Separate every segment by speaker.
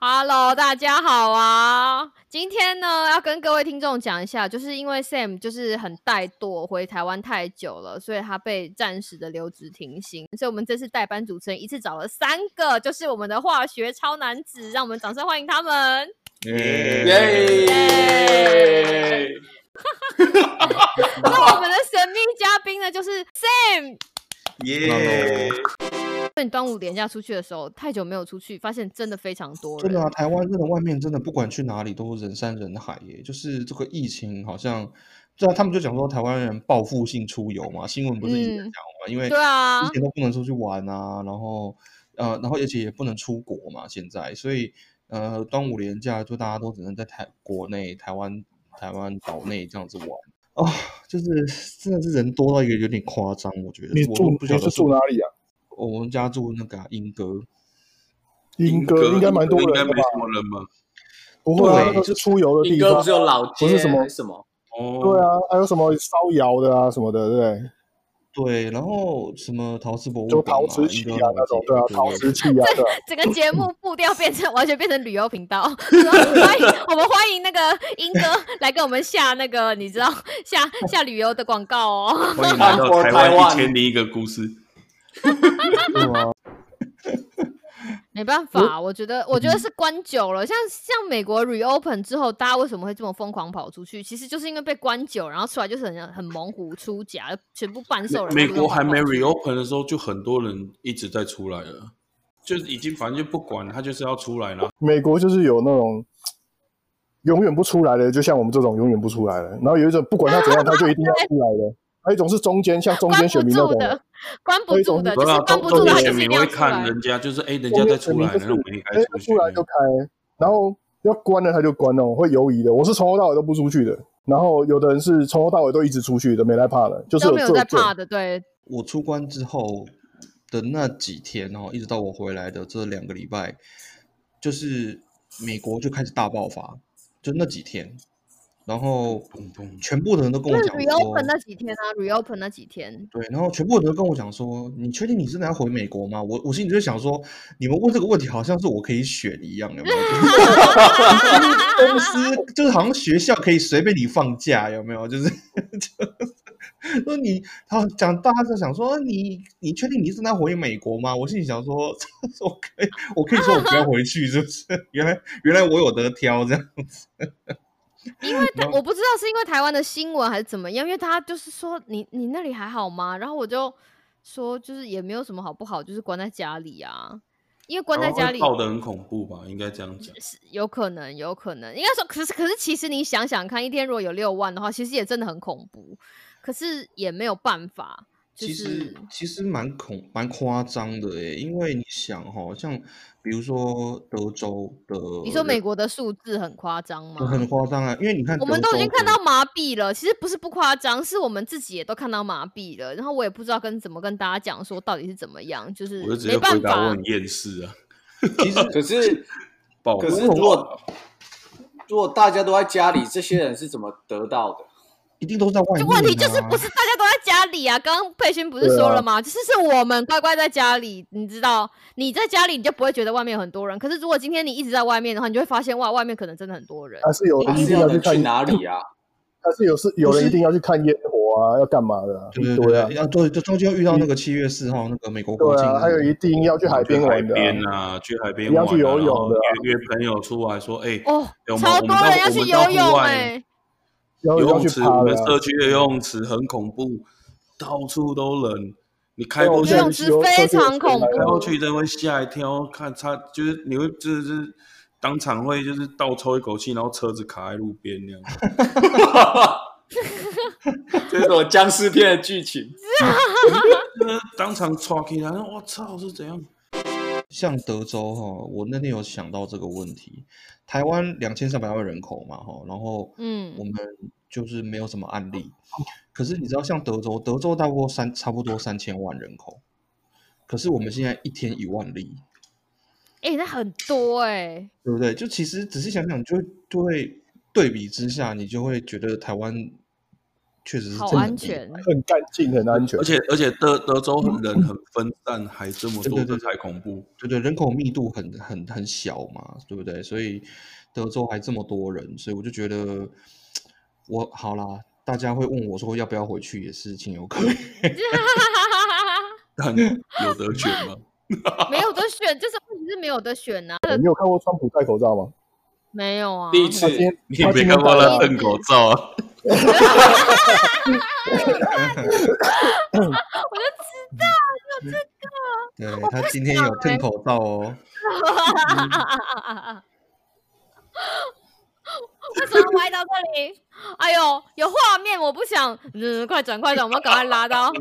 Speaker 1: Hello，大家好啊！今天呢，要跟各位听众讲一下，就是因为 Sam 就是很怠惰，回台湾太久了，所以他被暂时的留职停薪。所以我们这次代班主持人一次找了三个，就是我们的化学超男子，让我们掌声欢迎他们。
Speaker 2: 耶！
Speaker 1: 那我们的神秘嘉宾呢，就是 Sam。
Speaker 2: 耶！
Speaker 1: 那你端午连假出去的时候，太久没有出去，发现真的非常多人。
Speaker 3: 真的啊，台湾真的外面真的不管去哪里都人山人海耶，就是这个疫情好像，对啊，他们就讲说台湾人报复性出游嘛，新闻不是一直在讲
Speaker 1: 嗯
Speaker 3: 嘛，因为
Speaker 1: 对啊
Speaker 3: 之，前都不能出去玩啊，然后呃，然后而且也不能出国嘛，现在，所以呃，端午连假就大家都只能在台国内、台湾、台湾岛内这样子玩。哦，就是真的是人多到一个有点夸张，我觉得。
Speaker 4: 你
Speaker 3: 我
Speaker 4: 住
Speaker 3: 都不
Speaker 4: 你
Speaker 3: 晓得
Speaker 4: 是住哪里啊？
Speaker 3: 我们家住那个啊莺歌，
Speaker 4: 英哥应该蛮多
Speaker 2: 应该
Speaker 4: 人
Speaker 2: 没
Speaker 4: 的吧？
Speaker 2: 什么人吧？
Speaker 4: 不会
Speaker 3: 对
Speaker 4: 啊，那都是出游的
Speaker 5: 英
Speaker 4: 地
Speaker 5: 哥
Speaker 4: 方
Speaker 5: 不。是有老街
Speaker 4: 不是什么
Speaker 5: 还什么？
Speaker 2: 哦，
Speaker 4: 对，啊，还有什么烧窑的啊什么的，对不对？
Speaker 3: 对，然后什么陶瓷博物
Speaker 4: 就
Speaker 3: 馆
Speaker 4: 陶
Speaker 3: 嘛
Speaker 4: 瓷
Speaker 3: 莺
Speaker 4: 器
Speaker 3: 歌
Speaker 4: 啊
Speaker 3: 老
Speaker 4: 那种
Speaker 3: 街，
Speaker 4: 对啊，陶瓷器啊，对啊。
Speaker 1: 整个节目步调变成完全变成旅游频道， 欢迎我们欢迎那个英哥来给我们下那个你知道下下旅游的广告哦。
Speaker 2: 欢迎来到台湾一千零一个故事。
Speaker 4: 对啊
Speaker 1: 没办法，我觉得我觉得是关久了，像像美国 reopen 之后，大家为什么会这么疯狂跑出去？其实就是因为被关久，然后出来就是很很猛虎出闸，全部半兽人。
Speaker 2: 美国还没 reopen 的时候，就很多人一直在出来了，就是已经反正就不管他，就是要出来了。
Speaker 4: 美国就是有那种永远不出来的，就像我们这种永远不出来的。然后有一种不管他怎样，他就一定要出来的。还有一种是中间，像中
Speaker 1: 关
Speaker 4: 间
Speaker 1: 不
Speaker 4: 选民那
Speaker 1: 住
Speaker 4: 种，
Speaker 1: 的，关不住的，呃就是
Speaker 2: 啊，
Speaker 1: 关不住
Speaker 2: 都都
Speaker 1: 的，
Speaker 2: 是
Speaker 1: 还是
Speaker 2: 选
Speaker 1: 一
Speaker 2: 民
Speaker 1: 定要
Speaker 2: 会
Speaker 1: 出来
Speaker 2: 看。人家，就是哎，人家在出来了，那我们也该
Speaker 4: 哎，
Speaker 2: 出去
Speaker 4: 出。来就开，然后要关了他就关哦，会犹疑的。我是从头到尾都不出去的。然后有的人是从头到尾都一直出去的，没来怕的，就是
Speaker 1: 都
Speaker 4: 有
Speaker 1: 没有
Speaker 4: 这
Speaker 1: 在
Speaker 4: 种
Speaker 1: 怕的，对，
Speaker 3: 我出关之后的那几天哦，一直到我回来的这两个礼拜，就是美国就开始大爆发，就那几天，然后
Speaker 2: 砰砰
Speaker 3: 全部的人都跟
Speaker 1: 就
Speaker 3: 我
Speaker 1: 是
Speaker 3: 讲说
Speaker 1: reopen，那几天啊，reopen 那几天，
Speaker 3: 对，然后全部人都跟我讲说，你确定你真的要回美国吗？我我心里就想说，你们问这个问题好像是我可以选一样，有没有？就是 公司就是好像学校可以随便你放假，有没有？就是 就是说你，他讲大家就想说你你确定你真的要回美国吗？我心里想说， 我可以我可以说我不要回去，是不是？ 原来原来我有得挑这样子，因为
Speaker 1: 但我不知道是因为台湾的新闻还是怎么样，因为他就是说你你那里还好吗？然后我就说就是也没有什么好不好，就是关在家里啊，因为关在家里
Speaker 2: 闹得很恐怖吧？应该这样讲。
Speaker 1: 是有可能有可能，应该说可是可是其实你想想看，一天如果有六万的话，其实也真的很恐怖，可是也没有办法，就
Speaker 3: 其实
Speaker 1: 是
Speaker 3: 其实蛮恐蛮夸张的诶，因为你想哈、像比如说德州的人，
Speaker 1: 你说美国的数字很夸张吗？
Speaker 3: 很夸张啊，因为你看
Speaker 1: 我们
Speaker 3: 德
Speaker 1: 都已经
Speaker 3: 州
Speaker 1: 看
Speaker 3: 的
Speaker 1: 到麻痹了，其实不是不夸张，是我们自己也都看到麻痹了。然后我也不知道跟怎么跟大家讲说到底是怎么样，就是
Speaker 2: 我就直
Speaker 1: 没
Speaker 2: 接回
Speaker 1: 办
Speaker 2: 答我
Speaker 1: 法
Speaker 2: 很。厌世啊，
Speaker 3: 其实
Speaker 5: 可是
Speaker 2: 爆
Speaker 5: 可是如果如果大家都在家里，这些人是怎么得到的？
Speaker 3: 一定都是在外
Speaker 1: 就
Speaker 3: 面、啊。
Speaker 1: 问题就是不是大家都在家里啊？刚刚佩勋不是
Speaker 4: 对啊
Speaker 1: 说了吗？就是是我们乖乖在家里，你知道，你在家里你就不会觉得外面有很多人。可是如果今天你一直在外面的话，你就会发现哇，外面可能真的很多人。
Speaker 4: 还是有人
Speaker 5: 还
Speaker 4: 一
Speaker 5: 是
Speaker 4: 定
Speaker 5: 有
Speaker 4: 要去
Speaker 5: 人
Speaker 4: 看
Speaker 5: 去哪里啊？
Speaker 4: 但是有是有人一定要去看烟火啊，要干嘛的、啊？
Speaker 3: 对对
Speaker 4: 对
Speaker 3: 对
Speaker 4: 啊，
Speaker 3: 要对，就中间又遇到那个七月四号那个美国国
Speaker 4: 对
Speaker 3: 庆日
Speaker 4: 啊，
Speaker 3: 嘛，
Speaker 4: 还有一定要去海边
Speaker 2: 海
Speaker 4: 玩的啊、
Speaker 2: 边啊，去海边
Speaker 4: 你
Speaker 2: 玩
Speaker 4: 要
Speaker 2: 啊，
Speaker 4: 去游
Speaker 2: 然后
Speaker 4: 泳的啊
Speaker 2: 约约朋友出来说，哎，
Speaker 1: 哦
Speaker 2: 我，们
Speaker 1: 超
Speaker 2: 我们
Speaker 1: 多
Speaker 2: 到
Speaker 1: 人要
Speaker 2: 我
Speaker 1: 去
Speaker 2: 们到
Speaker 1: 游
Speaker 2: 户
Speaker 1: 泳
Speaker 2: 外
Speaker 1: 哎、
Speaker 4: 要
Speaker 2: 游
Speaker 4: 要
Speaker 2: 泳
Speaker 4: 去
Speaker 2: 池，
Speaker 4: 爬
Speaker 2: 我们
Speaker 4: 的、啊
Speaker 2: 社。区的游泳池很恐怖，到处都人。你开
Speaker 4: 对我
Speaker 2: 过
Speaker 4: 们
Speaker 2: 去
Speaker 1: 游
Speaker 4: 现，
Speaker 1: 泳
Speaker 4: 在
Speaker 1: 池非
Speaker 4: 游
Speaker 1: 常
Speaker 4: 游
Speaker 1: 恐怖
Speaker 2: 开
Speaker 4: 然
Speaker 2: 过
Speaker 4: 后
Speaker 2: 去真的会吓一跳，看差就是你会就是当场会就是倒抽一口气，然后车子卡在路边那样。
Speaker 5: 这是什么僵尸片的剧情？
Speaker 2: 就是当场抓起来，然后我操是怎样？
Speaker 3: 像德州哈、我那天有想到这个问题。台湾两千三百万人口嘛哈，然后
Speaker 1: 嗯哦
Speaker 3: 我们就是没有什么案例。可是你知道，像德州，德州大概三差不多三千万人口，可是我们现在一天一万例，
Speaker 1: 哎、那很多哎、
Speaker 3: 对不对？就其实仔细想想，就会就会对比之下，你就会觉得台湾确实是
Speaker 1: 好
Speaker 3: 这么
Speaker 1: 安
Speaker 3: 地
Speaker 1: 全。
Speaker 4: 很干净，很安全
Speaker 2: 而。且而且德德州人很分散，还这么多，
Speaker 3: 对对
Speaker 2: 这
Speaker 3: 对
Speaker 2: 太恐怖。
Speaker 3: 对对，人口密度很很很小嘛，对不对？所以德州还这么多人，所以我就觉得，我好啦，大家会问我说要不要回去，也是情有可 原。
Speaker 2: 但有得选 吗？
Speaker 1: 没有得选，这是问题是没有得选啊呐、
Speaker 4: 你有看过川普戴口罩吗？
Speaker 1: 没有啊。
Speaker 5: 第一次
Speaker 4: 他今天
Speaker 2: 你
Speaker 4: 他
Speaker 2: 也
Speaker 4: 今
Speaker 2: 别
Speaker 4: 天
Speaker 2: 看
Speaker 4: 戴
Speaker 2: 我
Speaker 4: 了
Speaker 2: 了，瞪口罩啊！
Speaker 3: 对他今天有
Speaker 1: 欸
Speaker 3: 吞口罩哦，
Speaker 1: 为什么歪到这里？哎呦，有画面，我不想，嗯，快转快转，我们要赶快拉 到。不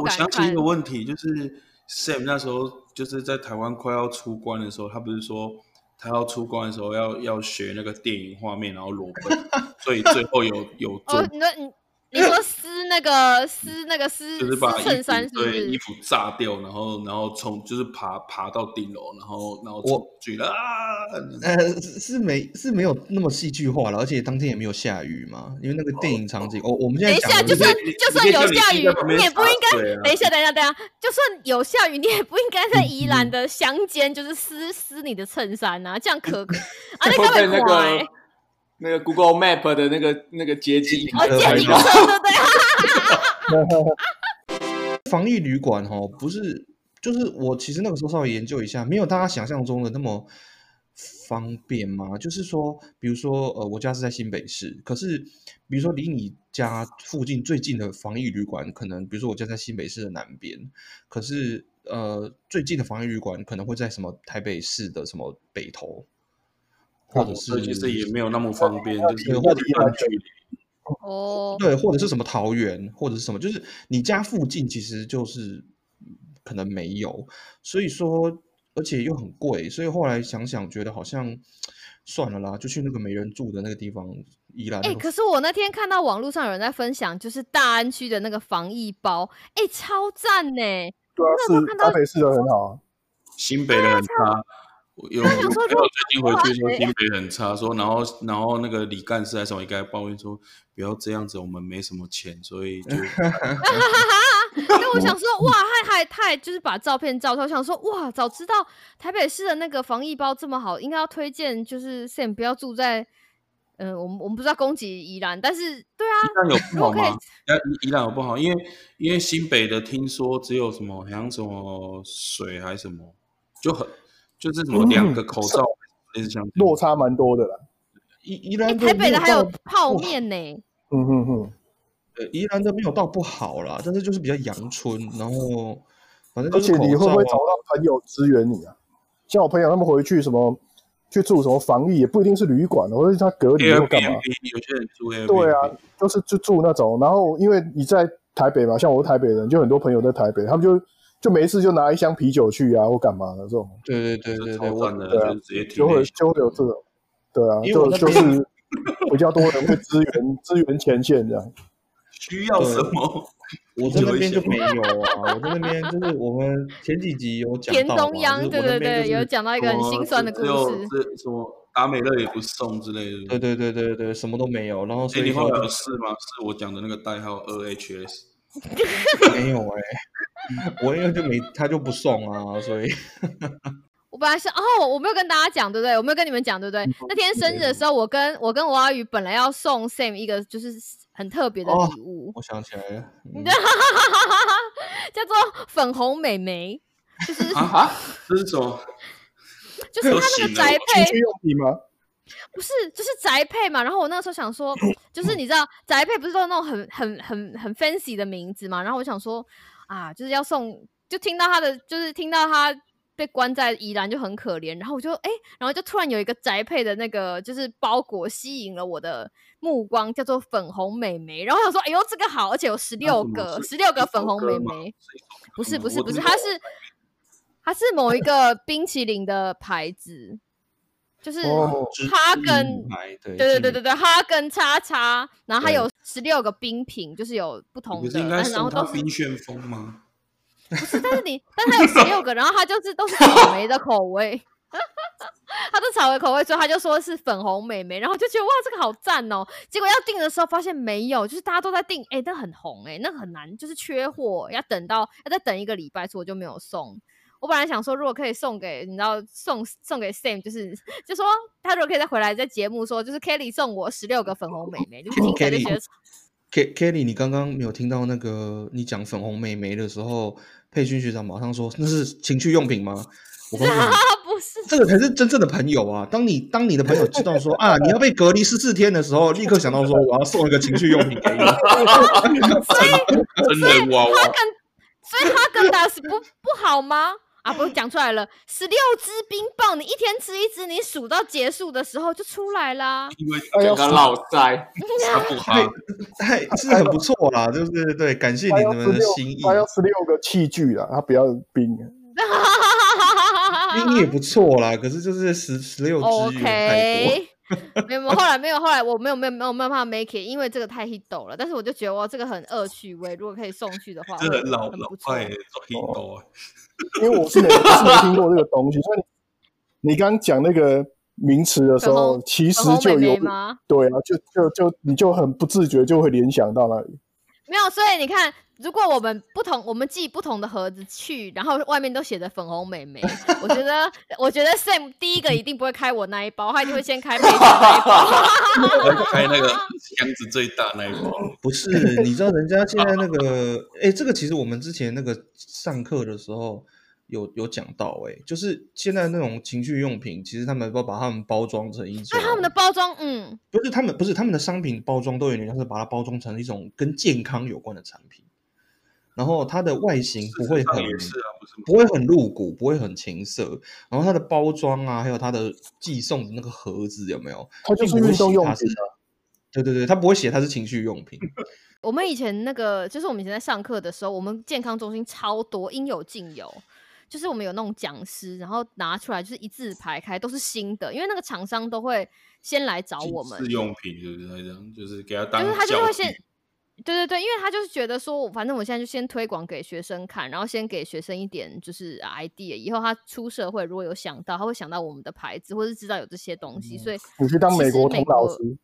Speaker 2: 我
Speaker 1: 敢
Speaker 2: 想起一
Speaker 1: 看
Speaker 2: 个问题，就是 Sam 那时候就是在台湾快要出关的时候，他不是说他要出关的时候要要学那个电影画面，然后裸奔，所以最 后有有做
Speaker 1: 哦，，你说你你说撕那个撕那个撕
Speaker 2: 就是
Speaker 1: 撕
Speaker 2: 把衣
Speaker 1: 衬衫是
Speaker 2: 服
Speaker 1: 不
Speaker 2: 对
Speaker 1: 是
Speaker 2: 衣？服炸掉，然后然后从就是爬爬到顶楼，然后然后
Speaker 3: 我
Speaker 2: 冲去了啊！
Speaker 3: 呃，是是没是没有那么戏剧化了，而且当天也没有下雨嘛，因为那个电影场景，哦，我们现
Speaker 1: 等
Speaker 3: 在
Speaker 1: 一
Speaker 3: 讲
Speaker 1: 下，
Speaker 3: 的
Speaker 1: 就算
Speaker 2: 你
Speaker 1: 就算有下
Speaker 2: 你
Speaker 1: 雨
Speaker 2: 在旁，边
Speaker 1: 你也不应
Speaker 2: 洒
Speaker 1: 该
Speaker 2: 水啊。
Speaker 1: 等一下，等一下，等一下，就算有下雨，你也不应该在宜兰的乡间就是撕撕你的衬衫呐，这样可 啊，那
Speaker 5: 会被
Speaker 1: 根
Speaker 5: 那
Speaker 1: 本
Speaker 5: 个
Speaker 1: 怪。
Speaker 5: 那个 Google Map 的那个那个街机
Speaker 1: 哦，
Speaker 3: 个
Speaker 1: 见
Speaker 3: 拍
Speaker 1: 你
Speaker 3: 到
Speaker 1: 个色，对不对？
Speaker 3: 防疫旅馆哦，不是，就是我其实那个时候稍微研究一下，没有大家想象中的那么方便嘛。就是说，比如说，呃，我家是在新北市，可是比如说离你家附近最近的防疫旅馆，可能比如说我家在新北市的南边，可是呃，最近的防疫旅馆可能会在什么台北市的什么北投，或者哦是
Speaker 2: 所以其实也没有那么方便，就是
Speaker 3: 对
Speaker 2: 有
Speaker 3: 或者
Speaker 2: 一段距离。
Speaker 1: 哦，
Speaker 3: 对，或者是什么桃园，或者是什么，就是你家附近其实就是嗯可能没有，所以说而且又很贵，所以后来想想觉得好像算了啦，就去那个没人住的那个地方宜兰
Speaker 1: 哎、
Speaker 3: 那个。
Speaker 1: 可是我那天看到网络上有人在分享，就是大安区的那个防疫包，哎、超赞呢、
Speaker 4: 对啊，
Speaker 1: 我有
Speaker 4: 是
Speaker 1: 看到
Speaker 4: 台北市的很好啊。
Speaker 2: 新北
Speaker 1: 啊
Speaker 2: 人很差。我有我朋友
Speaker 1: 说如
Speaker 2: 最
Speaker 1: 果
Speaker 2: 近回去说新北人很差，说然后然后那个李干事还是什么，应该抱怨说不要这样子，我们没什么钱，所以 就
Speaker 1: 因为我想说，哇，还还他也就是把照片照出来，我想说，哇，早知道台北市的那个防疫包这么好，应该要推荐，就是 Sam 不要住在，嗯、我们我们不是要攻击宜兰，但是对啊，
Speaker 2: 宜兰有不
Speaker 1: 如果
Speaker 2: 好
Speaker 1: 可以
Speaker 2: 吗？那宜宜兰有不好，因为因为新北的听说只有什么好像什么水还是什么，就很就是什么两个口罩类似像这样
Speaker 4: 嗯落差蛮多的啦。
Speaker 3: 宜宜
Speaker 1: 哎、
Speaker 3: 兰的
Speaker 1: 台北
Speaker 3: 没
Speaker 1: 的还
Speaker 3: 到
Speaker 1: 有泡
Speaker 3: 不好
Speaker 1: 面呢、
Speaker 4: 嗯哼哼，
Speaker 3: 呃宜兰的没有到不好啦，但是就是比较阳春，然后反正就
Speaker 4: 而且
Speaker 3: 是口
Speaker 4: 你会
Speaker 3: 罩
Speaker 4: 不会
Speaker 3: 啊
Speaker 4: 找到朋友支援你啊？像我朋友他们回去什么去住什么防疫，也不一定是旅馆，或者是他隔离或干嘛。
Speaker 2: Airbnb 有些人住 Airbnb，
Speaker 4: 对啊，就是就住那种，然后因为你在台北嘛，像我是台北人，就很多朋友在台北，他们就就没事就拿一箱啤酒去啊，或干嘛的这种，
Speaker 3: 对对对对对，
Speaker 2: 超
Speaker 3: 我
Speaker 2: 赞的，
Speaker 4: 对啊
Speaker 2: 就直接停
Speaker 4: 就会
Speaker 2: 那些。
Speaker 4: 就会有这种，对啊，
Speaker 3: 因为我
Speaker 4: 就
Speaker 3: 那
Speaker 4: 就
Speaker 3: 边
Speaker 4: 是比较多人会支援支援前线这样。
Speaker 2: 需要什么？
Speaker 3: 我在那
Speaker 2: 有一
Speaker 3: 边
Speaker 2: 些
Speaker 3: 就没有啊，我在那边就是我们前几集有讲
Speaker 1: 田
Speaker 3: 到嘛
Speaker 1: 中央，
Speaker 3: 就
Speaker 1: 对
Speaker 3: 是我那
Speaker 1: 对
Speaker 3: 边
Speaker 1: 对，
Speaker 3: 就是啊
Speaker 1: 有讲到一个很心酸的故
Speaker 2: 只有
Speaker 1: 事。
Speaker 2: 这什么达美乐也不送之类的。
Speaker 3: 对对对对对，什么都没有，然后
Speaker 2: 所
Speaker 3: 所以
Speaker 2: 以哎你后
Speaker 3: 说
Speaker 2: 来有试吗？是我讲的那个代号二 HS。
Speaker 3: 没有哎、 我因为就没他就不送啊，所以
Speaker 1: 我本来是哦，我没有跟大家讲，对不对？我没有跟你们讲，对不对？那天生日的时候，我跟我跟王阿宇本来要送 Sam 一个就是很特别的
Speaker 3: 哦
Speaker 1: 礼物，
Speaker 3: 我想起来了，嗯
Speaker 1: 叫做粉红美眉，
Speaker 2: 啊，这是什么？
Speaker 1: 就是他那个
Speaker 2: 都醒了
Speaker 1: 宅
Speaker 4: 情
Speaker 1: 配，
Speaker 4: 趣用品吗？
Speaker 1: 不是就是宅配嘛。然后我那个时候想说，就是你知道宅配不是都有那种很很很很 fancy 的名字嘛？然后我想说啊，就是要送，就听到他的，就是听到他。被关在宜兰就很可怜，然后我就哎、然后就突然有一个宅配的那个就是包裹吸引了我的目光，叫做粉红美眉。然后我想说，哎呦，这个好，而且有十六个，十六个粉红美眉。不是不是不是，它是它是某一个冰淇淋的牌子，就是
Speaker 4: 哦
Speaker 1: 哈根
Speaker 3: 嗯，牌
Speaker 1: 对
Speaker 3: 对
Speaker 1: 对
Speaker 3: 是
Speaker 1: 对对对，哈根叉叉，然后它有十六个冰品，就是有不同
Speaker 2: 不是
Speaker 1: 的，
Speaker 2: 应该
Speaker 1: 但然
Speaker 2: 送
Speaker 1: 后
Speaker 2: 他
Speaker 1: 都是
Speaker 2: 冰旋风 吗？
Speaker 1: 不是，但是你但它有十六个，然后它就是都是草莓的口味。 他的草莓口味，所以他就说是粉红美眉，然后就觉得哇，这个好赞哦。结果要订的时候发现没有，就是大家都在订，哎、那很红哎、那个很难，就是缺货，要等到要再等一个礼拜，所以我就没有送。我本来想说，如果可以送给你知道送送给 Sam，就是就说他如果可以再回来在节目说，就是 Kelly 送我十六个粉红美眉，就是听起来就
Speaker 3: Kelly
Speaker 1: 觉得
Speaker 3: K Kelly，你刚刚没有听到那个你讲粉红美眉的时候，佩君学长马上说那是情趣用品吗？我告诉你，
Speaker 1: 啊不是
Speaker 3: 这个才是真正的朋友啊！当你当你的朋友知道说啊你要被隔离十四天的时候，立刻想到说我要送一个情趣用品给 你。
Speaker 2: 真人娃娃
Speaker 1: 哈根，所以哈根达斯不不好吗？啊，不讲出来了，十六支冰棒，你一天吃一支，你数到结束的时候就出来啦。
Speaker 2: 因为
Speaker 4: 哎
Speaker 5: 整
Speaker 4: 呦
Speaker 5: 个老塞，
Speaker 2: 他不哈，
Speaker 3: 嗨，哎是很不错啦，就是对，感谢
Speaker 4: 他
Speaker 3: 你
Speaker 4: 要
Speaker 3: 们
Speaker 4: 十
Speaker 3: 的
Speaker 4: 六
Speaker 3: 心，意，
Speaker 4: 他要十六个器具啊啦，他不要冰。
Speaker 3: 你也不错啦。可是就是十十六支有点太多。
Speaker 1: 哦 OK，没有，没有后来没有，后来我没有没有没有没有办法 make it，因为这个太 hit 抖了。但是我就觉得哇，这个很恶趣味，如果可以送去的话，
Speaker 2: 真的很老
Speaker 1: 很
Speaker 2: 老
Speaker 1: 不错
Speaker 2: 派的黑狗啊，
Speaker 4: 因为我是没我是没听过这个东西，所以你刚讲那个名词的时
Speaker 1: 粉
Speaker 4: 候
Speaker 1: 红，
Speaker 4: 其实
Speaker 1: 粉红
Speaker 4: 就
Speaker 1: 美
Speaker 4: 有
Speaker 1: 眉吗？
Speaker 4: 对啊，就就就你就很不自觉就会联想到那里。
Speaker 1: 没有，所以你看，如果我们不同，我们寄不同的盒子去，然后外面都写着粉红美眉，我觉得， 我觉得 Sam 第一个一定不会开我那一包，他一定会先开佩姐那一包。
Speaker 2: 开那个箱子最大那一包，
Speaker 1: 哦
Speaker 3: 不是，你知道人家现在那个，哎、这个其实我们之前那个上课的时候有有讲到、诶就是现在那种情趣用品，其实他们都把它们包装成一种
Speaker 1: 所以，他们的包装，嗯，
Speaker 3: 不是他们不是他们的商品包装都有点像是把它包装成一种跟健康有关的产品，然后它的外形不会
Speaker 2: 事实
Speaker 3: 很
Speaker 2: 上也是啊，不是吗
Speaker 3: 不会很露骨，不会很情色，然后它的包装啊，还有它的寄送的那个盒子有没有？
Speaker 4: 它就是
Speaker 3: 并不会
Speaker 4: 运动
Speaker 3: 写
Speaker 4: 用
Speaker 3: 它
Speaker 4: 品
Speaker 3: 是。对对对，它不会写它是情趣用品。
Speaker 1: 我们以前那个，就是我们以前在上课的时候，我们健康中心超多，应有尽有。就是我们有那种讲师，然后拿出来就是一字排开，都是新的，因为那个厂商都会先来找我们
Speaker 2: 是，用品是不是那样？就是给他当
Speaker 1: 就是他就
Speaker 2: 教
Speaker 1: 会
Speaker 2: 具
Speaker 1: 先，对对对，因为他就是觉得说，我反正我现在就先推广给学生看，然后先给学生一点就是啊 idea，以后他出社会如果有想到，他会想到我们的牌子，或是知道有这些东
Speaker 2: 嗯
Speaker 1: 西，所以
Speaker 4: 你去当美国童老师，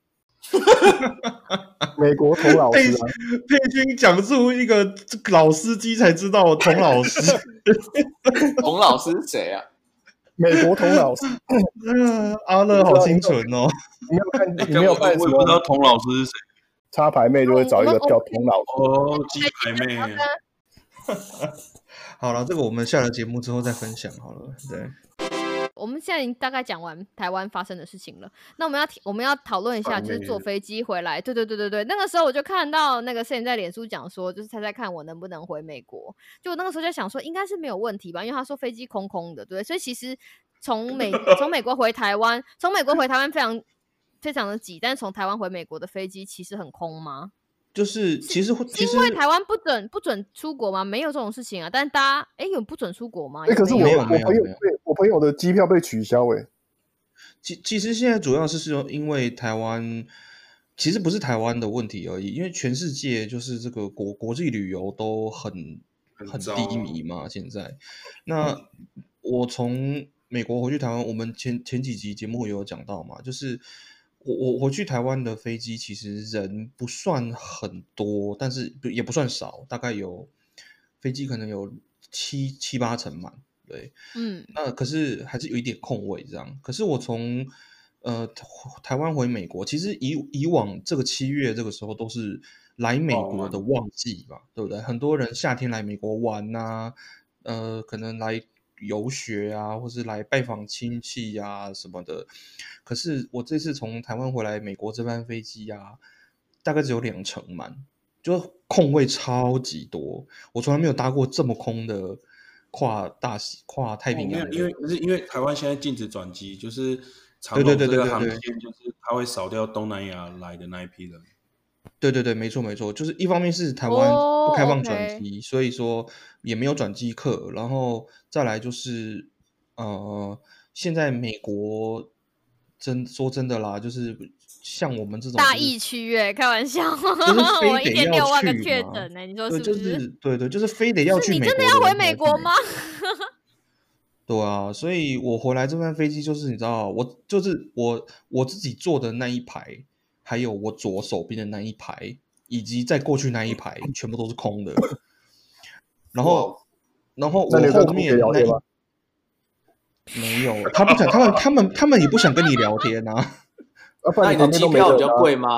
Speaker 4: 美国童老师
Speaker 1: 哎
Speaker 4: 啊，
Speaker 3: 佩君讲述一个老司机才知道童老 师，
Speaker 5: 洪老师是谁啊？
Speaker 4: 美国童老师，
Speaker 3: 呃阿
Speaker 4: 啊
Speaker 3: 乐好清纯哦。
Speaker 4: 你没有看，
Speaker 2: 哎
Speaker 4: 你没有
Speaker 2: 干
Speaker 4: 看
Speaker 2: 我
Speaker 4: 什
Speaker 2: 我也不知道
Speaker 4: 么
Speaker 2: 童老师是谁
Speaker 4: 插牌妹就会找一个叫童老师。
Speaker 2: 哦，鸡排妹啊，
Speaker 3: 好了，这个我们下了节目之后再分享好了。对，
Speaker 1: 我们现在已经大概讲完台湾发生的事情了，那我们要提我们要讨论一下，
Speaker 2: 反
Speaker 1: 就是
Speaker 2: 面
Speaker 1: 坐飞机回来。对对对对对，那个时候我就看到那个 Sam 在脸书讲说，就是猜猜看我能不能回美国。就我那个时候就想说，应该是没有问题吧，因为他说飞机空空的，对不对，所以其实从美从美国回台湾，从美国回台湾非常非常的挤，但是从台湾回美国的飞机其实很空吗？
Speaker 3: 就是其实会
Speaker 1: 是
Speaker 3: 其实
Speaker 1: 因为台湾不准不准出国吗？没有这种事情啊，但大家哎有不准出国吗？
Speaker 4: 哎，
Speaker 1: 也
Speaker 4: 可是我
Speaker 1: 没有
Speaker 4: 我
Speaker 1: 啊
Speaker 3: 没有
Speaker 4: 朋友
Speaker 3: 没有
Speaker 4: 被我朋友的机票被取消哎，
Speaker 3: 其其实现在主要是是因为台湾，其实不是台湾的问题而已，因为全世界就是这个国国际旅游都很
Speaker 2: 很
Speaker 3: 很
Speaker 2: 糟啊
Speaker 3: 低迷嘛，现在。那我从美国回去台湾，我们前前几集节目也有讲到嘛，就是我我我去台湾的飞机，其实人不算很多，但是不也不算少，大概有飞机可能有七七八成满，对。
Speaker 1: 嗯，
Speaker 3: 那可是还是有一点空位这样。可是我从呃台台湾回美国，其实以以往这个七月这个时候都是来美
Speaker 2: 哦
Speaker 3: 国的旺季嘛，对不对？很多人夏天来美国玩呐、呃，可能来游学啊，或是来拜访亲戚呀、什么的。可是我这次从台湾回来美国这班飞机啊，大概只有两成满，就空位超级多。我从来没有搭过这么空的跨大西跨太平
Speaker 2: 哦没有
Speaker 3: 洋，的。
Speaker 2: 因为不是因为台湾现在禁止转机，就是长
Speaker 3: 对对
Speaker 2: 龙
Speaker 3: 对
Speaker 2: 这
Speaker 3: 对
Speaker 2: 个
Speaker 3: 对
Speaker 2: 航
Speaker 3: 对
Speaker 2: 线，就是它会少掉东南亚来的那一批人。
Speaker 3: 对对对，没错没错，就是一方面是台湾不开放转
Speaker 1: 哦，OK
Speaker 3: 机，所以说也没有转机客，然后再来就是呃，现在美国真说真的啦，就是像我们这种
Speaker 1: 大
Speaker 3: 就是
Speaker 1: 疫区哎，开玩笑，
Speaker 3: 就是 非
Speaker 1: 我一
Speaker 3: 得
Speaker 1: 点
Speaker 3: 要
Speaker 1: 六万个
Speaker 3: 去
Speaker 1: 确
Speaker 3: 嘛
Speaker 1: 诊哎，你说是
Speaker 3: 对，
Speaker 1: 不？
Speaker 3: 就是对对，就是非得要
Speaker 1: 是
Speaker 3: 去
Speaker 1: 你
Speaker 3: 美
Speaker 1: 真的
Speaker 3: 国
Speaker 1: 要
Speaker 3: 人
Speaker 1: 回
Speaker 3: 才
Speaker 1: 美
Speaker 3: 去
Speaker 1: 国吗？
Speaker 3: 对啊，所以我回来这班飞机就是你知道，我就是我我自己坐的那一排，还有我左手边的那一排，以及再过去那一排，全部都是空的。然
Speaker 5: 哇
Speaker 3: 后，然后我
Speaker 4: 那你有跟
Speaker 3: 后
Speaker 4: 同学
Speaker 3: 面
Speaker 4: 聊
Speaker 3: 那
Speaker 4: 天
Speaker 3: 一
Speaker 4: 吗？
Speaker 3: 没有，他不想，他们他们他们也不想跟你聊天啊。
Speaker 4: 啊，不
Speaker 5: 那
Speaker 4: 然
Speaker 5: 你的
Speaker 4: 旁边
Speaker 5: 机
Speaker 4: 都没有
Speaker 5: 票比
Speaker 4: 人
Speaker 5: 较
Speaker 4: 啊。
Speaker 5: 贵吗？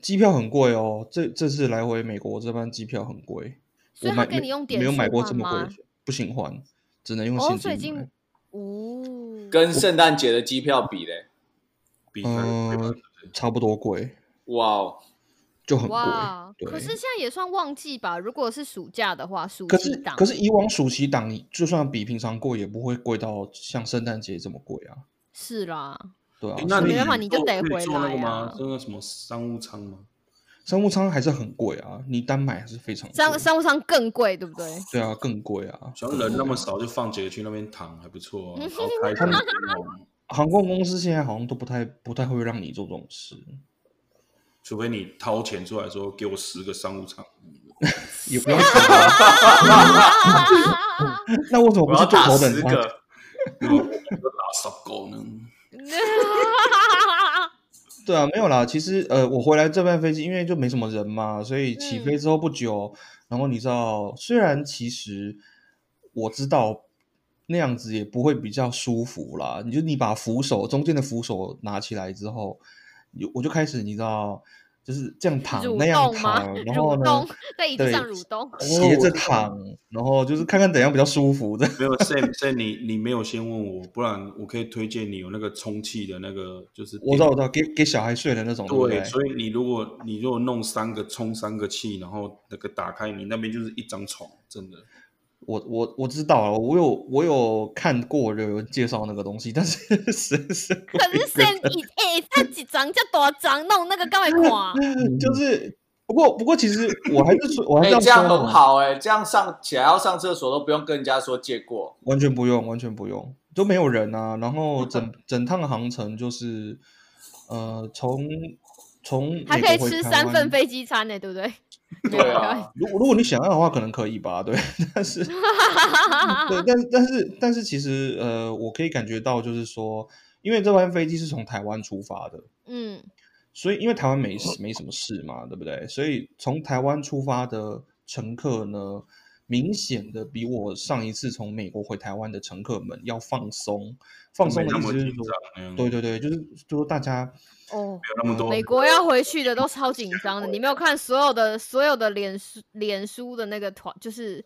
Speaker 3: 机票很贵哦，这这次来回美国这班机票很贵，
Speaker 1: 所以
Speaker 3: 我
Speaker 1: 他
Speaker 3: 买
Speaker 1: 给你用点
Speaker 3: 没有买
Speaker 1: 数
Speaker 3: 过
Speaker 1: 换
Speaker 3: 这么贵
Speaker 1: 吗
Speaker 3: 的钱，不行换，只能用
Speaker 1: 哦，
Speaker 3: 现
Speaker 1: 所以已
Speaker 3: 金
Speaker 1: 经
Speaker 3: 买。
Speaker 1: 哦，
Speaker 5: 跟圣诞节的机票比嘞，
Speaker 2: 比赛对吧
Speaker 3: 呃，差不多贵，
Speaker 5: 哇哦，
Speaker 3: 就很贵
Speaker 1: 哇。，
Speaker 3: 对。
Speaker 1: 可是现在也算旺季吧？如果是暑假的话，暑
Speaker 3: 可
Speaker 1: 期
Speaker 3: 是
Speaker 1: 档嗯
Speaker 3: 可是以往暑期档，你就算比平常贵，也不会贵到像圣诞节这么贵啊，
Speaker 1: 是啦，
Speaker 3: 对啊
Speaker 2: 诶。那
Speaker 3: 所以
Speaker 2: 你
Speaker 1: 没办法你就
Speaker 2: 坐
Speaker 1: 得
Speaker 2: 可以
Speaker 1: 回
Speaker 2: 坐那个
Speaker 1: 来
Speaker 2: 吗
Speaker 1: 啊？
Speaker 2: 就那什么商务舱吗？
Speaker 3: 商务舱还是很贵啊，你单买还是非常贵
Speaker 1: 商商务舱更贵，对不 对？
Speaker 3: 对啊，更贵啊。
Speaker 2: 主要人那么少，就放几个去那边躺，还不 错啊，然后开
Speaker 3: 他
Speaker 2: 开
Speaker 3: 们
Speaker 2: 哦
Speaker 3: 航空公司现在好像都不太不太会让你做这种事，
Speaker 2: 除非你掏钱出来说给我十个商务舱，
Speaker 3: 也 不用钱啊。那为什么
Speaker 5: 我
Speaker 3: 不
Speaker 5: 要
Speaker 3: 是坐
Speaker 5: 打
Speaker 3: 头等
Speaker 5: 十
Speaker 3: 舱？
Speaker 5: 个，
Speaker 2: 然后我打十狗呢？
Speaker 3: 对啊，没有啦。其实呃，我回来这班飞机，因为就没什么人嘛，所以起
Speaker 1: 嗯
Speaker 3: 飞之后不久，然后你知道，虽然其实我知道那样子也不会比较舒服啦。你就你把扶手中间的扶手拿起来之后，你就我就开始你知道，就是这样躺
Speaker 1: 蠕
Speaker 3: 那样
Speaker 1: 动吗
Speaker 3: 躺，？然后
Speaker 1: 蠕
Speaker 3: 呢
Speaker 1: 动，在椅子
Speaker 3: 对
Speaker 1: 上蠕动。
Speaker 3: 斜着躺，然后就是看看怎样比较舒服的。
Speaker 2: 没有 Sam Sam，你你没有先问我，不然我可以推荐你有那个充气的那个，就是
Speaker 3: 我知道，我知道，给给小孩睡的那种，对不
Speaker 2: 对，
Speaker 3: 对？
Speaker 2: 所以你如果你如果弄三个充三个气，然后那个打开，你那边就是一张床，真的。
Speaker 3: 我我我知道了，我有我有看过有人介绍那个东西，但是 实在是我
Speaker 1: 可是
Speaker 3: 一个
Speaker 1: 现一哎，这几张这多张弄那个干嘛看？
Speaker 3: 就是不过不过，其实我还是说，我还
Speaker 5: 哎、
Speaker 3: 是要
Speaker 5: 这
Speaker 3: 说
Speaker 5: 样很
Speaker 3: 啦，
Speaker 5: 好哎、这样上起来要上厕所都不用跟人家说 借过，
Speaker 3: 完全不用，完全不用，都没有人啊。然后整整趟航程就是，呃，从从美
Speaker 1: 还可以
Speaker 3: 国回
Speaker 1: 吃
Speaker 3: 台
Speaker 1: 三
Speaker 3: 湾
Speaker 1: 份。飞机餐呢，对不对？没
Speaker 5: 对
Speaker 1: 有没有
Speaker 5: 啊，
Speaker 3: 如果如果你想要的话，可能可以吧，对。但是
Speaker 1: 啊
Speaker 3: 对，但是但是但是，其实呃，我可以感觉到，就是说，因为这班飞机是从台湾出发的，
Speaker 1: 嗯，
Speaker 3: 所以因为台湾
Speaker 2: 嗯
Speaker 3: 没事没什么事嘛，对不对？所以从台湾出发的乘客呢，明显的比我上一次从美国回台湾的乘客们要放松。放松
Speaker 2: 没
Speaker 3: 的
Speaker 2: 那
Speaker 3: 意
Speaker 2: 么
Speaker 3: 思就是
Speaker 2: 紧张
Speaker 3: 说，
Speaker 2: 那样，
Speaker 3: 对
Speaker 2: 没
Speaker 3: 对对，就是就是说大家
Speaker 1: 哦，
Speaker 2: 有啊那么多
Speaker 1: 美国要回去的都超紧张的，你没有看所有的所有的脸书脸书的那个团，就是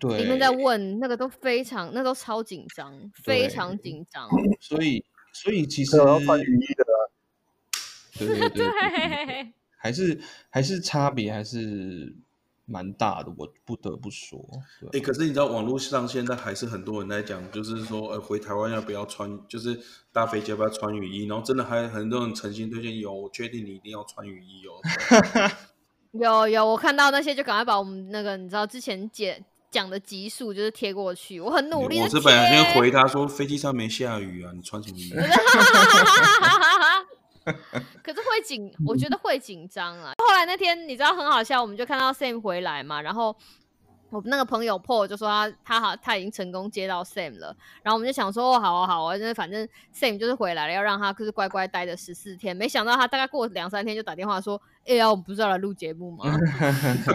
Speaker 3: 对
Speaker 1: 里面在问那个都非常，那都超紧张，非
Speaker 3: 对
Speaker 1: 常紧张。
Speaker 3: 所以所以其实
Speaker 4: 可能要穿雨衣的啊，
Speaker 3: 对对对，嗯
Speaker 1: 对，
Speaker 3: 还是还是差别还是蛮大的，我不得不说。
Speaker 2: 哎、
Speaker 3: 对啊
Speaker 2: 可是你知道网络上现在还是很多人在讲，就是说，呃，回台湾要不要穿，就是搭飞机要不要穿雨衣，然后真的还很多人诚心推荐，有，我确定你一定要穿雨 衣哦。
Speaker 1: 有有，我看到那些就赶快把我们那个你知道之前解讲的集数就是贴过去，我很努力。
Speaker 2: 我是本来先，回他说飞机上没下雨啊，你穿什么雨衣？
Speaker 1: 可是会紧，我觉得会紧张啊。后来那天你知道很好笑，我们就看到 Sam 回来嘛，然后。我那个朋友 Paul 就说他他好他已经成功接到 Sam 了，然后我们就想说哦好啊好啊，就是反正 Sam 就是回来了，要让他就是乖乖待着十四天。没想到他大概过两三天就打电话说，哎、呀，我们不是要来录节目吗？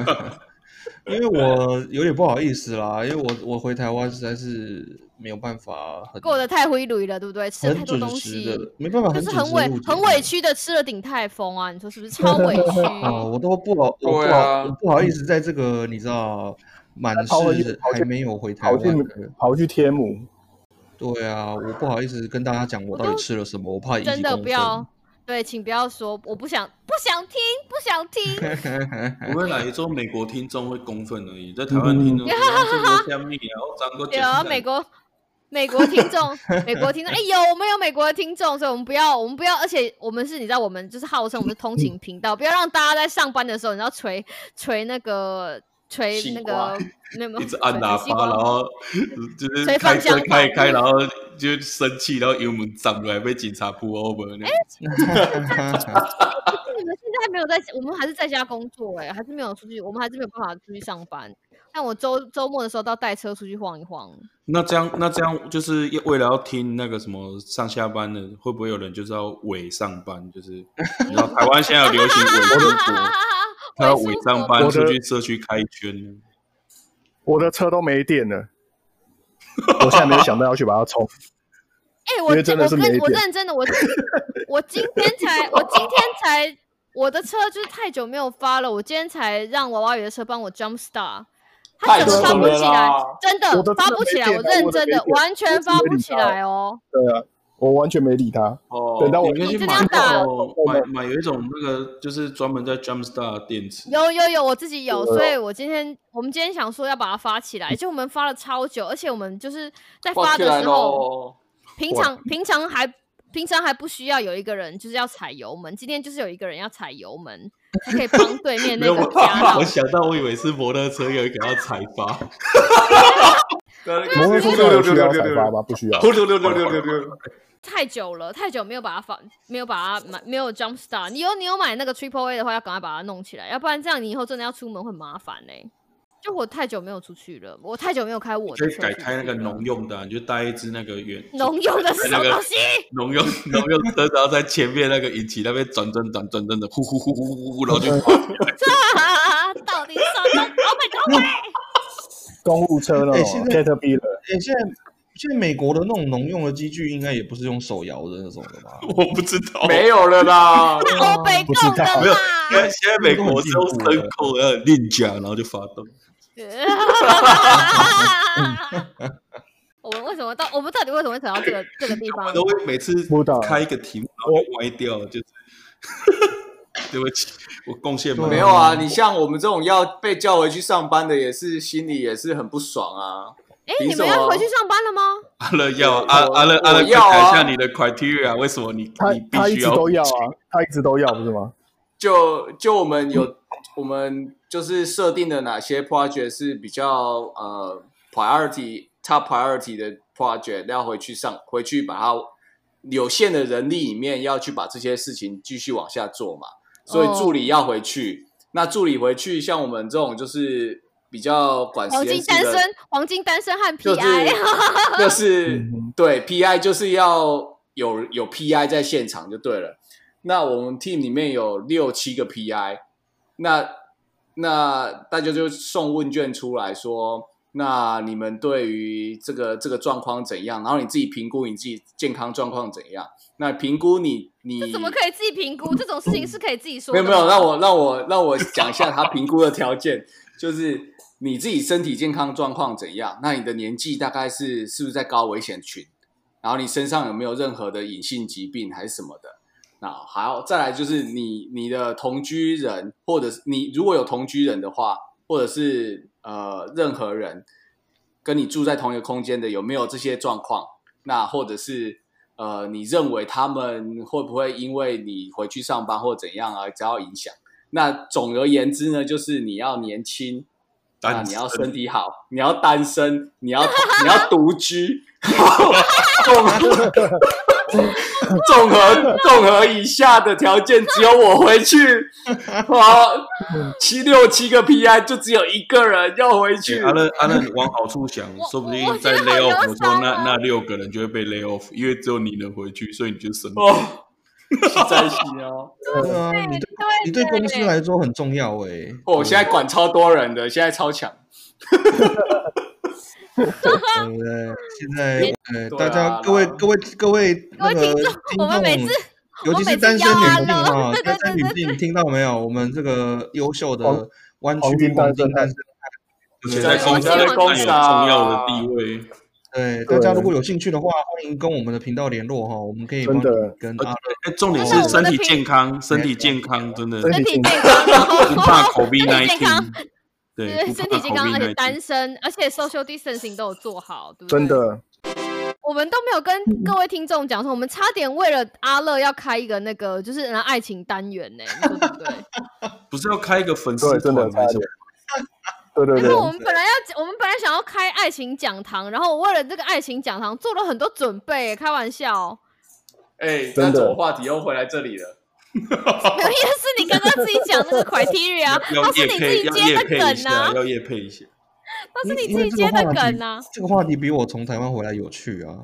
Speaker 3: 因为我有点不好意思啦，因为我我回台湾实在是没有办法很
Speaker 1: 过得太灰驴了，对不对？吃了
Speaker 3: 很
Speaker 1: 太多
Speaker 3: 准
Speaker 1: 东
Speaker 3: 时
Speaker 1: 西，
Speaker 3: 的，没办法，
Speaker 1: 就是
Speaker 3: 准
Speaker 1: 很
Speaker 3: 时
Speaker 1: 委
Speaker 3: 录节
Speaker 1: 很
Speaker 3: 目
Speaker 1: 委屈的吃了鼎泰丰啊，你说是不是？超委屈。
Speaker 3: 啊！我都不 好，我不
Speaker 5: 对
Speaker 3: 好，
Speaker 5: 啊
Speaker 3: 我不好
Speaker 2: 嗯
Speaker 3: 意思，在这个你知道满
Speaker 4: 跑回去
Speaker 3: 是
Speaker 4: 跑
Speaker 3: 还
Speaker 4: 去
Speaker 3: 没有回台
Speaker 4: 跑去
Speaker 3: 湾的，
Speaker 4: 跑去天母，
Speaker 3: 对啊，我不好意思跟大家讲我
Speaker 1: 我
Speaker 3: 到底
Speaker 1: 都
Speaker 3: 吃了什么，我怕引
Speaker 1: 真
Speaker 3: 起
Speaker 1: 的
Speaker 3: 公
Speaker 1: 不要
Speaker 3: 愤。，
Speaker 1: 对，请不要说，我不想，不想听，不想 听。
Speaker 2: 我们来之后，美国听众会公愤而已，在台湾听众啊
Speaker 1: 嗯
Speaker 2: 这个下面，然后张哥
Speaker 1: 有啊
Speaker 2: 讲
Speaker 1: 美国，美国听众，美国听众，哎、有我们有美国的听众，所以我们不要，我们不要，而且我们是你知道，我们就是号称我们是通勤频道，不要让大家在上班的时候，你知道捶捶那个捶
Speaker 5: 西
Speaker 1: 那
Speaker 5: 瓜
Speaker 1: 个那么
Speaker 2: 一直按喇
Speaker 1: 西
Speaker 2: 叭，
Speaker 1: 瓜
Speaker 2: 然后就是
Speaker 1: 吹
Speaker 2: 开
Speaker 1: 方
Speaker 2: 车
Speaker 1: 向
Speaker 2: 开一
Speaker 1: 盘
Speaker 2: 开，然后就生气，然后油门涨出来，被警察 pull over 那样子。
Speaker 1: 欸你们现在还没有在，我们还是在家工作哎、还是没有出去，我们还是没有办法出去上班，但我周周末的时候到带车出去晃一晃，
Speaker 2: 那这样，那这样就是要为了要听那个什么上下班的，会不会有人就是要伪上班？就是你知道台湾现在有流行伪 出国，他要伪上班
Speaker 4: 我
Speaker 2: 出
Speaker 4: 的
Speaker 2: 去社区开一圈。
Speaker 4: 我的车都没电了，我现在没有想到要去把它充。
Speaker 1: 哎、我
Speaker 4: 因为
Speaker 1: 这
Speaker 4: 真的
Speaker 1: 我
Speaker 4: 是
Speaker 1: 跟
Speaker 4: 没
Speaker 1: 我
Speaker 4: 电
Speaker 1: 认真的，我我今天才我今天才我的车就是太久没有发了，我今天才让娃娃鱼的车帮我 jump start，它整
Speaker 5: 太
Speaker 1: 个
Speaker 4: 久
Speaker 1: 发不
Speaker 5: 了
Speaker 1: 起来
Speaker 5: 啦，
Speaker 1: 真的
Speaker 4: 我的
Speaker 1: 发
Speaker 4: 车
Speaker 1: 不
Speaker 4: 没
Speaker 1: 起来，
Speaker 4: 电
Speaker 1: 我
Speaker 4: 了
Speaker 1: 认
Speaker 4: 我的
Speaker 1: 真
Speaker 4: 没
Speaker 1: 的
Speaker 4: 电
Speaker 1: 完全
Speaker 4: 我
Speaker 1: 发
Speaker 4: 真的
Speaker 1: 不
Speaker 4: 没
Speaker 1: 起
Speaker 4: 理它
Speaker 1: 来哦。
Speaker 4: 对啊，我完全没理他。
Speaker 5: 哦，
Speaker 4: 等到我
Speaker 2: 你可以
Speaker 1: 你
Speaker 2: 去
Speaker 1: 这
Speaker 2: 买
Speaker 1: 样哦
Speaker 2: 那
Speaker 1: 打
Speaker 2: 种买买有一种那个就是专门在 Jumpstar 的电池，
Speaker 1: 有有有，我自己有，
Speaker 4: 有
Speaker 1: 所以我今天我们今天想说要把它发起
Speaker 4: 嗯
Speaker 1: 来，就我们发了超久，而且我们就是在发
Speaker 5: 挂起
Speaker 1: 的
Speaker 5: 来
Speaker 1: 时候，
Speaker 5: 喽。
Speaker 1: 平常平常还平常还不需要有一个人就是要踩油门，今天就是有一个人要踩油门，才可以帮对面那
Speaker 2: 没有
Speaker 1: 个
Speaker 2: 我
Speaker 1: 夹到
Speaker 2: 我。想到我以为是摩托车有一个要踩发，
Speaker 4: 摩托车有需要采发吗？不需要。
Speaker 5: 呼溜溜溜溜溜溜，
Speaker 1: 太久了，太久没有把它放，没有把它买，没有 jump star。你有你有买那个 triple A 的话，要赶快把它弄起来，要不然这样你以后真的要出门会很麻烦呢、就我太久没有出去了，我太久没有开我
Speaker 2: 可
Speaker 1: 的
Speaker 2: 以
Speaker 1: 车，
Speaker 2: 改开那个农用的啊、你就带一只那个圆
Speaker 1: 农用的是什
Speaker 2: 那
Speaker 1: 么
Speaker 2: 个
Speaker 1: 东西？
Speaker 2: 农用 农用车，然后在前面那个引擎那边转转转转转的，呼呼呼呼呼呼，然后就
Speaker 1: 啊到底上到 Oh my God！
Speaker 4: 公务车那
Speaker 3: 哎
Speaker 4: 种啊
Speaker 3: 现在
Speaker 4: Caterpillar，
Speaker 3: 哎、现在现在美国的那种农用的机具，应该也不是用手摇的那种的吧？
Speaker 2: 我不知 道，
Speaker 5: 没有了啦。
Speaker 1: 那欧北
Speaker 4: 不知
Speaker 1: 共的
Speaker 4: 道
Speaker 2: 没有现
Speaker 1: 啦
Speaker 2: 在现在美国是用牲口然后练家，然后就发动。
Speaker 1: 呃。我们为什么到我们到底为什么会走到这个这个地
Speaker 2: 我
Speaker 1: 方？
Speaker 2: 都会每次
Speaker 4: 不知道
Speaker 2: 开一个题目，然后就歪掉了，就是 对不起，我贡献
Speaker 3: 对
Speaker 2: 没
Speaker 5: 没有啊，你像我们这种要被叫回去上班的，也是心里也是很不爽啊。
Speaker 1: 哎，
Speaker 5: 凭
Speaker 1: 你们
Speaker 5: 什
Speaker 1: 要
Speaker 5: 么
Speaker 1: 回去上班了吗？
Speaker 2: 阿乐要
Speaker 5: 我
Speaker 2: 阿阿乐阿乐，
Speaker 5: 我
Speaker 2: 快
Speaker 5: 要啊
Speaker 2: 讲一下你的 criteria，为什么你
Speaker 4: 他
Speaker 2: 你
Speaker 4: 他
Speaker 2: 必
Speaker 4: 一
Speaker 2: 须
Speaker 4: 直都要啊，他一直都要不是吗？
Speaker 5: 就就我们有我们就是设定的哪些 project 是比较呃 priority top priority 的 project，要回去上回去把它有限的人力里面要去把这些事情继续往下做嘛。所以
Speaker 1: 哦
Speaker 5: 助理要回去，那助理回去像我们这种就是比较管
Speaker 1: 黄
Speaker 5: 时间
Speaker 1: 金
Speaker 5: 制
Speaker 1: 单
Speaker 5: 的
Speaker 1: 身，黄金单身和
Speaker 5: 就是
Speaker 1: PI，
Speaker 5: 就是
Speaker 4: 嗯
Speaker 5: 对 PI 就是要有有 PI 在现场就对了。那我们 team 里面有六七个 PI，那那大家就送问卷出来说，那你们对于这个这个状况怎样？然后你自己评估你自己健康状况怎样？那评估你你
Speaker 1: 这怎么可以自己评估？这种事情是可以自己说
Speaker 5: 没
Speaker 1: 的
Speaker 5: 有
Speaker 1: 吗。
Speaker 5: 没有，让我让我让我讲一下他评估的条件， 就是你自己身体健康状况怎样，那你的年纪大概是是不是在高危险群，然后你身上有没有任何的隐性疾病还是什么的，那好，再来就是你你的同居人，或者是你如果有同居人的话，或者是呃任何人跟你住在同一个空间的，有没有这些状况？那或者是呃，你认为他们会不会因为你回去上班或怎样而遭到影响？那总而言之呢，就是你要年轻，那
Speaker 2: 单
Speaker 5: 你
Speaker 2: 身
Speaker 5: 要身体好，你要单身，你要你要独居， 综合综合综合以下的条件，只有我回 去，我七六七个 PI 就只有一个人要回去
Speaker 2: 欸。阿乐阿乐，你往好处想
Speaker 1: 我，
Speaker 2: 说不
Speaker 1: 我
Speaker 2: 定
Speaker 1: 我
Speaker 2: 在
Speaker 1: 觉得
Speaker 2: lay
Speaker 1: 好
Speaker 2: off
Speaker 1: 忧
Speaker 2: 的时候，
Speaker 1: 伤
Speaker 2: 那
Speaker 1: 哦
Speaker 2: 那六个人就会被 lay off，因为只有你能回去，所以你就生病。
Speaker 5: 哦，实在是哦。
Speaker 3: 对啊，你对你对公司来说很重要哎、
Speaker 5: 哦我、现在管超多人的，现在超强。
Speaker 3: 对不对？现在呃，
Speaker 5: 对啊
Speaker 3: 大家各位
Speaker 5: 然后
Speaker 3: 各位各位那个
Speaker 1: 听众我们每次
Speaker 3: 尤
Speaker 1: 我
Speaker 3: 其
Speaker 1: 每
Speaker 3: 是
Speaker 1: 次
Speaker 3: 单身
Speaker 1: 邀
Speaker 3: 女
Speaker 1: 啊
Speaker 3: 性
Speaker 1: 然后
Speaker 3: 啊，
Speaker 1: 对对
Speaker 3: 单
Speaker 1: 对
Speaker 3: 身女
Speaker 1: 对
Speaker 3: 性听到没有？我们这个优秀的
Speaker 4: 黄
Speaker 3: 湾区
Speaker 4: 黄金
Speaker 3: 黄
Speaker 4: 单
Speaker 3: 金
Speaker 4: 身
Speaker 3: 单身
Speaker 2: 现在公司
Speaker 1: 我希望
Speaker 2: 在占有
Speaker 5: 是
Speaker 2: 重
Speaker 5: 啊
Speaker 2: 要的地位，
Speaker 3: 对，大家
Speaker 4: 对
Speaker 3: 如果有兴趣的话，欢迎跟我们的频道联络哈，我们可以帮
Speaker 4: 真
Speaker 3: 你
Speaker 4: 的
Speaker 3: 跟啊
Speaker 2: 而
Speaker 3: 阿
Speaker 2: 且欸重点
Speaker 1: 真
Speaker 2: 是
Speaker 1: 的
Speaker 2: 身体
Speaker 1: 我们的
Speaker 2: 健康，身体健康真的
Speaker 4: 身
Speaker 1: 身
Speaker 4: 体
Speaker 1: 体
Speaker 4: 健
Speaker 1: 健康，然后
Speaker 2: 不怕 COVID
Speaker 1: 身体健康
Speaker 2: 19，对，
Speaker 1: 对
Speaker 2: 不
Speaker 1: 身
Speaker 2: 怕
Speaker 1: 体健康，而且
Speaker 2: COVID 19。
Speaker 1: 单身，而且 social distancing 都有做好，对不对？
Speaker 4: 真，的，
Speaker 1: 我们都没有
Speaker 3: 嗯
Speaker 1: 跟各位听众讲说，我们差点为了阿乐要开一个那个就是呃爱情单元呢、你说对不对？
Speaker 2: 不是要开一个粉丝
Speaker 4: 对，真的
Speaker 2: 团还
Speaker 4: 差
Speaker 2: 是什
Speaker 4: 点
Speaker 2: 么？。
Speaker 4: 对对
Speaker 1: 然
Speaker 4: 对
Speaker 1: 后，我们本来要，我们本来想要开爱情讲堂，然后我为了这个爱情讲堂做了很多准备、开玩笑，
Speaker 5: 哎、
Speaker 4: 真的
Speaker 5: 那怎么话题又回来这里了？
Speaker 1: 没有，因为是你刚刚自己讲那个 criteria，
Speaker 2: 要
Speaker 1: 啊他是
Speaker 2: 夜
Speaker 1: 你
Speaker 2: 配，
Speaker 1: 自己
Speaker 2: 要
Speaker 1: 接
Speaker 2: 夜
Speaker 1: 的
Speaker 2: 配一
Speaker 1: 梗啊
Speaker 2: 下，。要夜配一下。
Speaker 1: 那是
Speaker 3: 因
Speaker 1: 你
Speaker 3: 因
Speaker 1: 自己
Speaker 3: 为这
Speaker 1: 接
Speaker 3: 个
Speaker 1: 的
Speaker 3: 话题
Speaker 1: 梗啊，
Speaker 3: 这个话题比我从台湾回来有趣啊！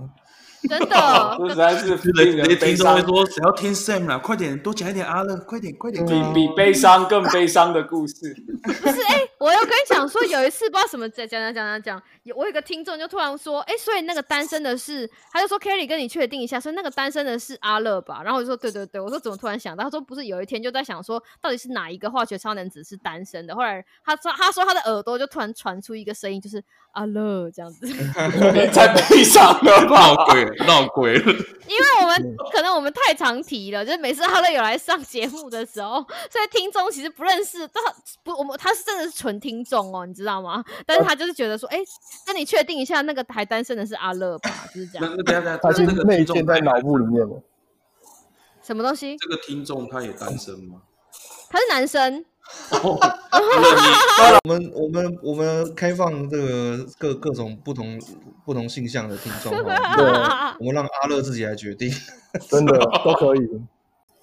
Speaker 1: 真的。
Speaker 5: 这实在是令
Speaker 2: 那
Speaker 5: 人
Speaker 2: 些
Speaker 5: 悲
Speaker 2: 听众
Speaker 5: 伤
Speaker 2: 会，说，谁要听 Sam 啦？快点多讲一点阿乐，快点快点。快
Speaker 3: 对
Speaker 2: 点
Speaker 3: 啊
Speaker 5: 比悲伤更悲伤的故事。
Speaker 1: 我又跟你讲说，有一次不知道什么讲讲讲讲讲，有我有个听众就突然说，哎、所以那个单身的是，他就说 Kelly 跟你确定一下，所以那个单身的是阿乐吧？然后我就说对对对，我说怎么突然想到？他说不是，有一天就在想说，到底是哪一个化学超能子是单身的？后来他说他说他的耳朵就突然传出一个声音，就是阿乐这样子，
Speaker 5: 你太悲伤了
Speaker 2: 闹
Speaker 5: 吧？
Speaker 2: 鬼了闹鬼了，
Speaker 1: 因为我们可能我们太常提了，就是每次阿乐有来上节目的时候， 所以听众其实不认识，但他不，我们他是真的是纯听众哦，你知道吗？ 但是他就是觉得说，哎、那你确定一下那个还单身的是阿乐吧？就是这
Speaker 2: 那
Speaker 1: 样，
Speaker 2: 那等一下
Speaker 4: 他
Speaker 2: 等
Speaker 4: 已
Speaker 2: 一下，那
Speaker 4: 经
Speaker 2: 这个
Speaker 4: 内
Speaker 2: 听众
Speaker 4: 建在
Speaker 2: 他
Speaker 4: 脑部里面了。
Speaker 1: 什么东西？
Speaker 2: 这个听众他也单身吗？
Speaker 1: 他是男生，
Speaker 3: 我们我们我们开放这个各各种不同不同性向的听 众好 吗，
Speaker 4: 哦对
Speaker 3: 我们让阿乐自己来决定。
Speaker 4: 真的都可以。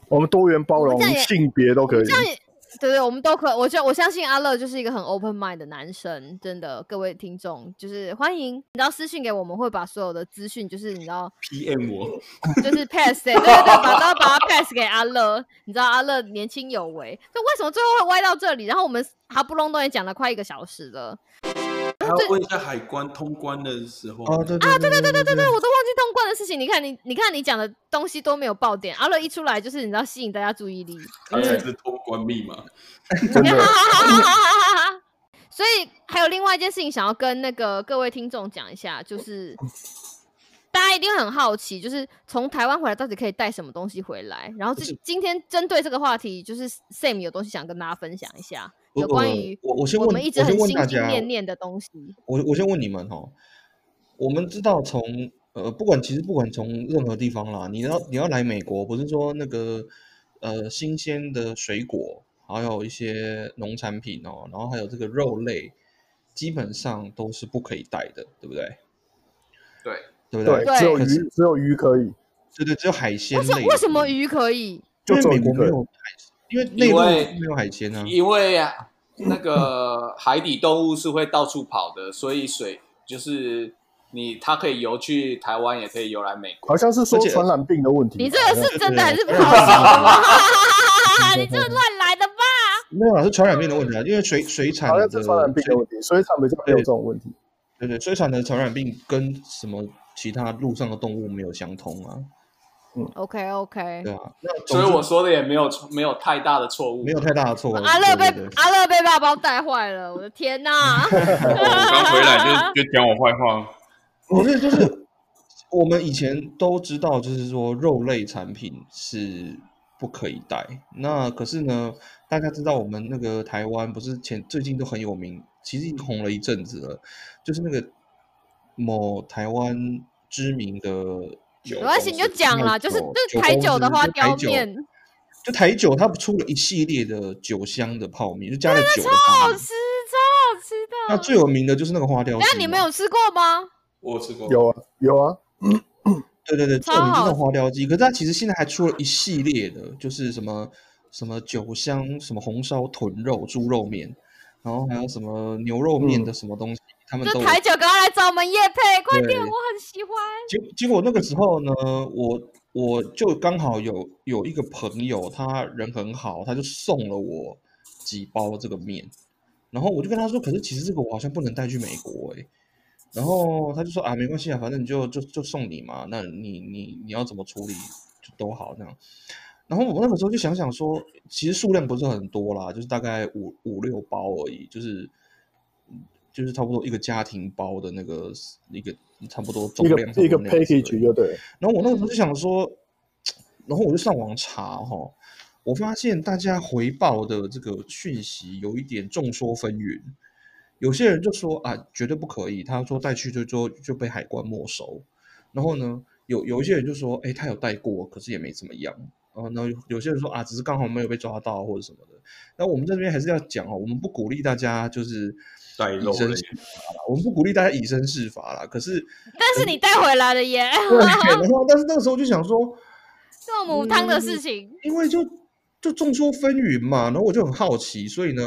Speaker 4: 我们多元包容
Speaker 1: 我们这，样也
Speaker 4: 性别都可以
Speaker 1: 这。样也对对，我们都可，我觉得我相信阿乐就是一个很 open mind 的男生，真的，各位听众就是欢迎，你知道私讯给我们会把所有的资讯，就是你知道
Speaker 2: PM 我，
Speaker 1: 就是 pass 欸，对对对，把都把它 pass 给阿乐。你知道阿乐年轻有为，就为什么最后会歪到这里？然后我们哈不隆咚也讲了快一个小时了，
Speaker 2: 还要问一下海关通关的时候，
Speaker 3: 哦，对对 啊，对对对对对
Speaker 1: 对，我都忘记通关的事情。你看你，你看你讲的东西都没有爆点，阿乐一出来就是你知道吸引大家注意力，
Speaker 2: 他才是通关密码。
Speaker 4: 真的，
Speaker 1: 所以还有另外一件事情想要跟那个各位听众讲一下，就是大家一定很好奇，就是从台湾回来到底可以带什么东西回来？然后这今天针对这个话题，就是 Sam 有东西想跟大家分享一下，
Speaker 3: 我
Speaker 1: 有关于
Speaker 3: 我我先问
Speaker 1: 我们一直
Speaker 3: 先
Speaker 1: 很
Speaker 3: 问
Speaker 1: 心
Speaker 3: 大
Speaker 1: 心
Speaker 3: 家
Speaker 1: 念念的东西。
Speaker 3: 我我先问你们哦，我们知道从呃，不管其实不管从任何地方啦，你要你要来美国，不是说那个呃新鲜的水果，还有一些农产品哦，然后还有这个肉类，基本上都是不可以带的，对不对？
Speaker 5: 对，
Speaker 3: 对不
Speaker 4: 对，
Speaker 1: 对
Speaker 4: 只有
Speaker 3: 可是
Speaker 4: 鱼，只有鱼可以。
Speaker 3: 对对，只有海鲜
Speaker 1: 为什
Speaker 3: 类。
Speaker 1: 为什么？鱼可以？
Speaker 4: 就
Speaker 3: 因为
Speaker 4: 只有
Speaker 3: 美
Speaker 4: 鱼
Speaker 3: 国
Speaker 4: 可
Speaker 3: 没
Speaker 4: 以
Speaker 3: 有海，因为内
Speaker 5: 因为
Speaker 3: 陆没有海鲜啊。
Speaker 5: 因为啊，那个 海底动物是会到处跑的，所以水就是你，它可以游去台湾，也可以游来美国。
Speaker 4: 好像是说
Speaker 3: 而且
Speaker 4: 传染病的问题。
Speaker 1: 你这个是真的还是不
Speaker 3: 对
Speaker 1: 好笑的吗？你这个乱来的吧？
Speaker 3: 没有啦，是传染病的问题啊，因为水水产
Speaker 4: 好
Speaker 3: 的
Speaker 4: 像是传染病
Speaker 3: 水
Speaker 4: 的问题，所以才比较没有这种问题。
Speaker 3: 对对，水产的传染病跟什么其他陆上的动物没有相通啊，
Speaker 1: OK OK，
Speaker 3: 对啊，那总
Speaker 5: 所以
Speaker 3: 之
Speaker 5: 我说的也没有错没有太大的错误
Speaker 3: 没。有太大的错。
Speaker 1: 阿乐被
Speaker 3: 对对对
Speaker 1: 阿乐被爸包带坏了，我的天哪！
Speaker 2: 我刚回来就就 讲我坏话，
Speaker 3: 我是就是我们以前都知道，就是说肉类产品是不可以带。那可是呢，大家知道我们那个台湾不是前最近都很有名，其实已经红了一阵子了，就是那个某台湾知名的酒公司，
Speaker 1: 没关系，你就讲啦，
Speaker 3: 卖
Speaker 1: 就是
Speaker 3: 酒
Speaker 1: 就是台
Speaker 3: 公
Speaker 1: 酒的
Speaker 3: 司
Speaker 1: 花
Speaker 3: 就
Speaker 1: 雕
Speaker 3: 台酒
Speaker 1: 面，
Speaker 3: 就台酒，它出了一系列的酒香的泡面，就加了酒的泡
Speaker 1: 好
Speaker 3: 面
Speaker 1: 吃，超好吃的。
Speaker 3: 那最有名的就是那个花雕鸡嘛。
Speaker 1: 那你们有吃过吗？
Speaker 2: 我有吃过，
Speaker 4: 有啊，有啊，
Speaker 3: 对对对，最有名就
Speaker 1: 超好
Speaker 3: 是那花雕鸡。可是它其实现在还出了一系列的，就是什么什么酒香、什么红烧豚肉、猪肉面，然后还有什么牛肉面的什么东西，他
Speaker 1: 嗯
Speaker 3: 们
Speaker 1: 就
Speaker 3: 都有
Speaker 1: 台酒，赶快来找我们叶配，快点，
Speaker 3: 对
Speaker 1: 我很喜欢。
Speaker 3: 结结果那个时候呢，我我就刚好有有一个朋友，他人很好，他就送了我几包这个面，然后我就跟他说，可是其实这个我好像不能带去美国诶、然后他就说啊，没关系啊，反正你就就就送你嘛，那你你你要怎么处理就都好这样。然后我那个时候就想想说，其实数量不是很多啦，就是大概五五六包而已，就是就是差不多一个家庭包的那个一个差不多总
Speaker 4: 一个
Speaker 3: 量差不多
Speaker 4: 一个
Speaker 3: 那样子而已
Speaker 4: package 就对了。
Speaker 3: 然后我那个时候就想说，然后我就上网查哈、我发现大家回报的这个讯息有一点众说纷纭，有些人就说啊，绝对不可以，他说带去就就就被海关没收。然后呢，有有一些人就说，哎，他有带过，可是也没怎么样。啊，然后有有些人说啊，只是刚好没有被抓到或者什么的。那我们这边还是要讲哦，我们不鼓励大家就是
Speaker 2: 带
Speaker 3: 以
Speaker 2: 肉
Speaker 3: 身
Speaker 2: 类
Speaker 3: 试法啦，我们不鼓励大家以身试法啦。可是，
Speaker 1: 但是你带回来了 耶，
Speaker 3: 对，啊然后但是那个时候就想说，
Speaker 1: 做母汤的事情，
Speaker 3: 因为就就众说纷纭嘛，然后我就很好奇，所以呢，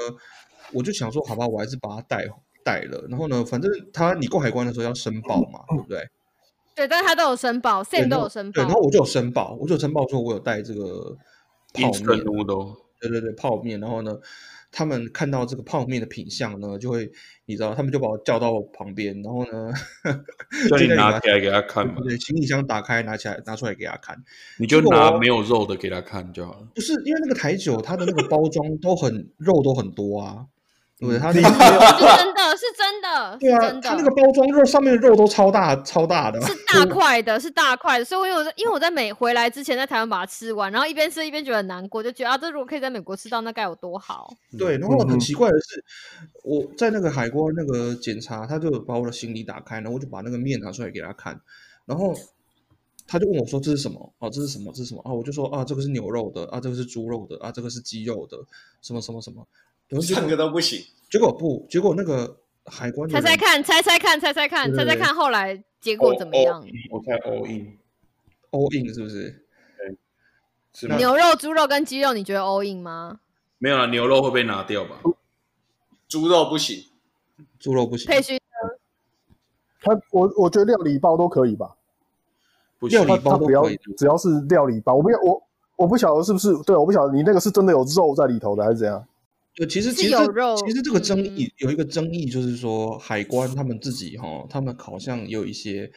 Speaker 3: 我就想说，好吧，我还是把它带带了。然后呢，反正他你过海关的时候要申报嘛，对不对？
Speaker 1: 对，但是他都有申报
Speaker 3: 对
Speaker 1: ，Sam 都
Speaker 3: 然后
Speaker 1: 有申
Speaker 3: 对，
Speaker 1: 报
Speaker 3: 然。后我就有申报，我就有申报说我有带这个泡面，
Speaker 2: instant noodle，
Speaker 3: 对对对，泡面。然后呢，他们看到这个泡面的品相呢，就会你知道，他们就把我叫到旁边，然后呢，
Speaker 2: 叫你
Speaker 3: 就叫
Speaker 2: 拿
Speaker 3: 把
Speaker 2: 起来给他看吧
Speaker 3: 对，对行李箱打开，拿起来拿出来给他看。
Speaker 2: 你就
Speaker 3: 结果
Speaker 2: 拿没有肉的给他看就好了。
Speaker 3: 不是因为那个台酒，它的那个包装都很肉都很多啊，对不对？它那
Speaker 1: 哦是
Speaker 3: 个
Speaker 1: 真 的，是真的，
Speaker 3: 对
Speaker 1: 是
Speaker 3: 啊，
Speaker 1: 真
Speaker 3: 它
Speaker 1: 的，
Speaker 3: 那个包装肉上面的肉都超大超大的，
Speaker 1: 是大块的，是大块的。所以我有，因为我在美回来之前在台湾把它吃完，然后一边吃一边觉得很难过，就觉得啊，这如果可以在美国吃到，那该有多好。
Speaker 3: 对，然后
Speaker 4: 嗯
Speaker 3: 很
Speaker 4: 嗯
Speaker 3: 奇怪的是，我在那个海关那个检查，他就把我的行李打开，然后我就把那个面拿出来给他看，然后他就问我说这是什么？哦，这是什么？这是什么？啊，我就说啊，这个是牛肉的，啊，这个是猪肉的，啊，这个是鸡肉的，什么什么什么。然后结
Speaker 5: 三个
Speaker 3: 果
Speaker 5: 都不行。
Speaker 3: 结果不，结果那个海关的
Speaker 1: 猜猜
Speaker 3: 人
Speaker 1: 看，猜猜看，猜猜看，
Speaker 3: 对哦
Speaker 1: 猜猜
Speaker 3: 对
Speaker 1: 看，后来结果怎么样？
Speaker 2: 我猜 all in
Speaker 3: all in 是不是？
Speaker 2: 是
Speaker 3: 哦
Speaker 2: 吗？
Speaker 1: 牛肉、猪肉跟鸡肉，你觉得 all in 吗？
Speaker 2: 没有了，啊牛肉会被拿掉吧？
Speaker 5: 猪肉不行，
Speaker 3: 猪肉不行，
Speaker 1: 佩勋，
Speaker 4: 他我我觉得料理包都可以吧，
Speaker 2: 不
Speaker 3: 料
Speaker 2: 行，
Speaker 3: 理
Speaker 4: 他
Speaker 3: 包
Speaker 4: 他
Speaker 3: 都
Speaker 4: 不要
Speaker 3: 可以。
Speaker 4: 只要是料理包，我不要我我不晓得是不是对，我不晓得你那个是真的有肉在里头的还是怎样？
Speaker 3: 对，其实
Speaker 1: 是
Speaker 3: 其实
Speaker 1: 有
Speaker 3: 这
Speaker 1: 肉
Speaker 3: 其实这个争
Speaker 1: 嗯
Speaker 3: 议有一个争议，就是说海关他们自己哈，他们好像有一些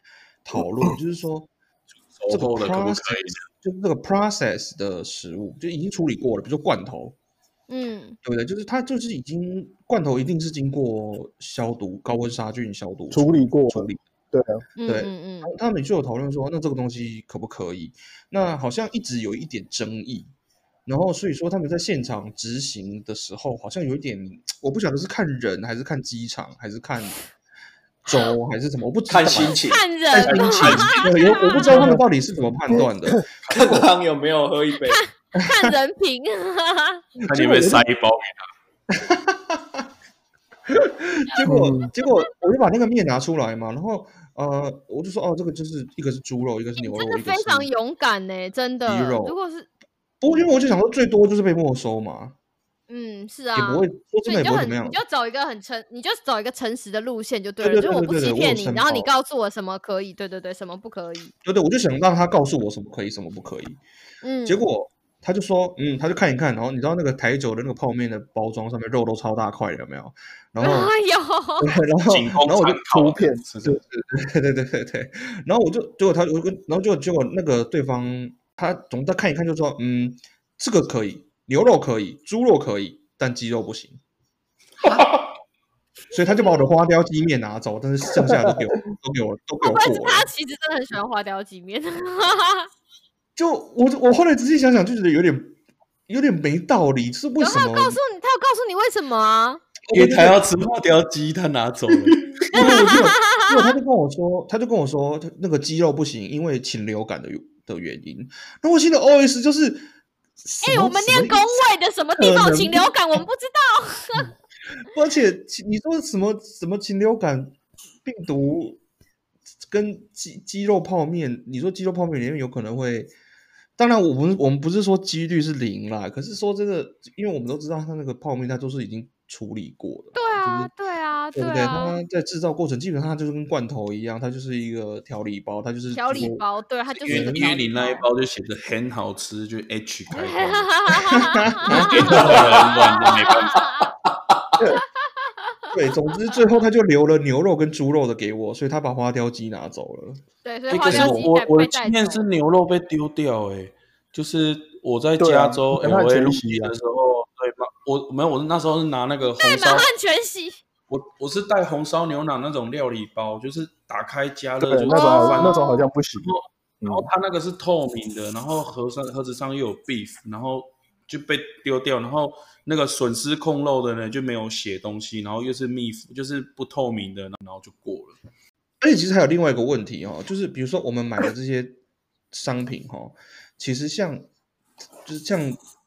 Speaker 3: 讨论，就是说这
Speaker 2: 熟
Speaker 3: 个
Speaker 2: 后的可不可
Speaker 3: process
Speaker 2: 以？
Speaker 3: 就是这个 process 的食物就已经处理过了，比如说罐头，
Speaker 1: 嗯，
Speaker 3: 对不对？就是它就是已经罐头一定是经过消毒、高温杀菌消毒
Speaker 4: 处理过
Speaker 3: 处理。
Speaker 4: 对啊，
Speaker 1: 嗯
Speaker 3: 对
Speaker 1: 嗯嗯，
Speaker 3: 他们就有讨论说，那这个东西可不可以？那好像一直有一点争议，然后所以说他们在现场执行的时候，好像有一点，我不晓得是看人还是看机场还是看州还是什么，我不知道
Speaker 5: 看心情，
Speaker 1: 看
Speaker 3: 看
Speaker 1: 人
Speaker 3: 心 情， 对有我不知道他们到底是怎么判断的。
Speaker 5: 看汤有没有喝一杯。
Speaker 1: 看人 品，
Speaker 2: 看你们塞一 包给
Speaker 3: 结果
Speaker 4: 嗯
Speaker 3: 结果我就把那个面拿出来嘛，然后呃，我就说哦，这个就是一个是猪肉，一个是
Speaker 1: 你
Speaker 3: 牛
Speaker 1: 真
Speaker 3: 肉，
Speaker 1: 的
Speaker 3: 一个
Speaker 1: 非
Speaker 3: 是
Speaker 1: 常勇敢呢，真的
Speaker 3: 鸡肉。
Speaker 1: 如果是，
Speaker 3: 不过因为我就想说最多就是被没收嘛，
Speaker 1: 嗯，是啊，
Speaker 3: 也不会说
Speaker 1: 所
Speaker 3: 真
Speaker 1: 以
Speaker 3: 的
Speaker 1: 你
Speaker 3: 也
Speaker 1: 就
Speaker 3: 不会
Speaker 1: 很，
Speaker 3: 怎么样
Speaker 1: 你。就走一个很诚，你就走一个诚实的路线就对了，
Speaker 3: 对对
Speaker 1: 就是
Speaker 3: 对
Speaker 1: 我
Speaker 3: 对
Speaker 1: 不
Speaker 3: 对
Speaker 1: 欺
Speaker 3: 对我
Speaker 1: 骗
Speaker 3: 有
Speaker 1: 你，
Speaker 3: 申
Speaker 1: 然后你
Speaker 3: 报
Speaker 1: 告诉我什么可以，对对对，什么不可以，
Speaker 3: 对对，我就想让他告诉我什么可以，什么不可以。
Speaker 1: 嗯，
Speaker 3: 结果他就说，嗯，他就看一看，然后你知道那个台酒的那个泡面的包装上面肉都超大块的，有没有？然后。
Speaker 1: 哎呦，
Speaker 3: 对然
Speaker 2: 他，
Speaker 3: 后，
Speaker 2: 仅供
Speaker 3: 然后我就
Speaker 2: 参考啊
Speaker 4: 图片
Speaker 2: 是这样
Speaker 3: 对对对对对，然后我就结果他我跟然后就结果那个对方他总再看一看就说嗯这个可以牛肉可以猪肉可以但鸡肉不行，所以他就把我的花雕鸡面拿走，但是剩下的都给我都给我都给我
Speaker 1: 但是
Speaker 3: 过
Speaker 1: 他
Speaker 3: 了。
Speaker 1: 其实真的很喜欢花雕鸡 面，
Speaker 3: 就我我后来仔细想想就觉得有点有点没道理，是为
Speaker 1: 有
Speaker 3: 什
Speaker 1: 他
Speaker 3: 么？
Speaker 1: 有告诉你，他有告诉你为什么啊？
Speaker 2: 因为他要吃花雕鸡，他拿走了。
Speaker 3: 因为我就 有，因为他就跟我说，他就跟我说，他那个肌肉不行，因为禽流感的的原因。那我心里的 OS 就是，
Speaker 1: 哎、
Speaker 3: 什么
Speaker 1: 我们念工，位的什么
Speaker 3: 可
Speaker 1: 地方有
Speaker 3: 能
Speaker 1: 禽流感， 我们不知道。
Speaker 3: 什么而且禽你说什么什么禽流感病毒跟鸡鸡肉泡面，你说鸡肉泡面里面有可能会。当然，我们我们不是说几率是零啦，可是说真的，因为我们都知道它那个泡面，它都是已经处理过的嘛，
Speaker 1: 对
Speaker 3: 就是
Speaker 1: 啊，对啊，
Speaker 3: 对不对？
Speaker 1: 啊
Speaker 3: 它，在制造过程基本上它就是跟罐头一样，它就是一个调理包，它就是
Speaker 1: 调
Speaker 3: 经
Speaker 1: 理
Speaker 3: 过。
Speaker 1: 包，对，他就是一
Speaker 2: 因
Speaker 1: 个
Speaker 2: 为
Speaker 1: 调
Speaker 2: 因为你
Speaker 1: 理
Speaker 2: 那一包就写着很好吃，就 H 开头 的，
Speaker 1: 包。
Speaker 3: 对，总之最后他就留了牛肉跟猪肉的给我，所以他把花雕鸡拿走了。
Speaker 1: 对，所以
Speaker 2: 欸
Speaker 1: 花
Speaker 2: 可是
Speaker 1: 雕鸡
Speaker 2: 我
Speaker 1: 带
Speaker 2: 我
Speaker 1: 被
Speaker 2: 的
Speaker 1: 带
Speaker 2: 经验
Speaker 1: 走
Speaker 2: 是牛肉被丢掉、欸，就是我在
Speaker 4: 对啊
Speaker 2: 加州
Speaker 4: 你看
Speaker 2: LA
Speaker 4: 前
Speaker 2: 录
Speaker 4: 夕
Speaker 2: 音
Speaker 4: 啊
Speaker 2: 的时候，对吗？我没有，我那时候是拿那个红
Speaker 1: 对，
Speaker 2: 烧
Speaker 1: 满汉，全席。
Speaker 2: 我我是带红烧牛腩那种料理包，就是打开加热
Speaker 4: 对，
Speaker 2: 就
Speaker 4: 那种好
Speaker 1: 哦
Speaker 2: 翻
Speaker 4: 那种好像不行。嗯
Speaker 2: 然后它那个是透明的，然后盒上盒子上又有 beef，然后就被丢掉，然后那个损失控肉的呢就没有写东西，然后又是密封，就是不透明的，然后就过了。
Speaker 3: 而且其实还有另外一个问题哦，就是比如说我们买的这些商品哈、哦，其实像就是像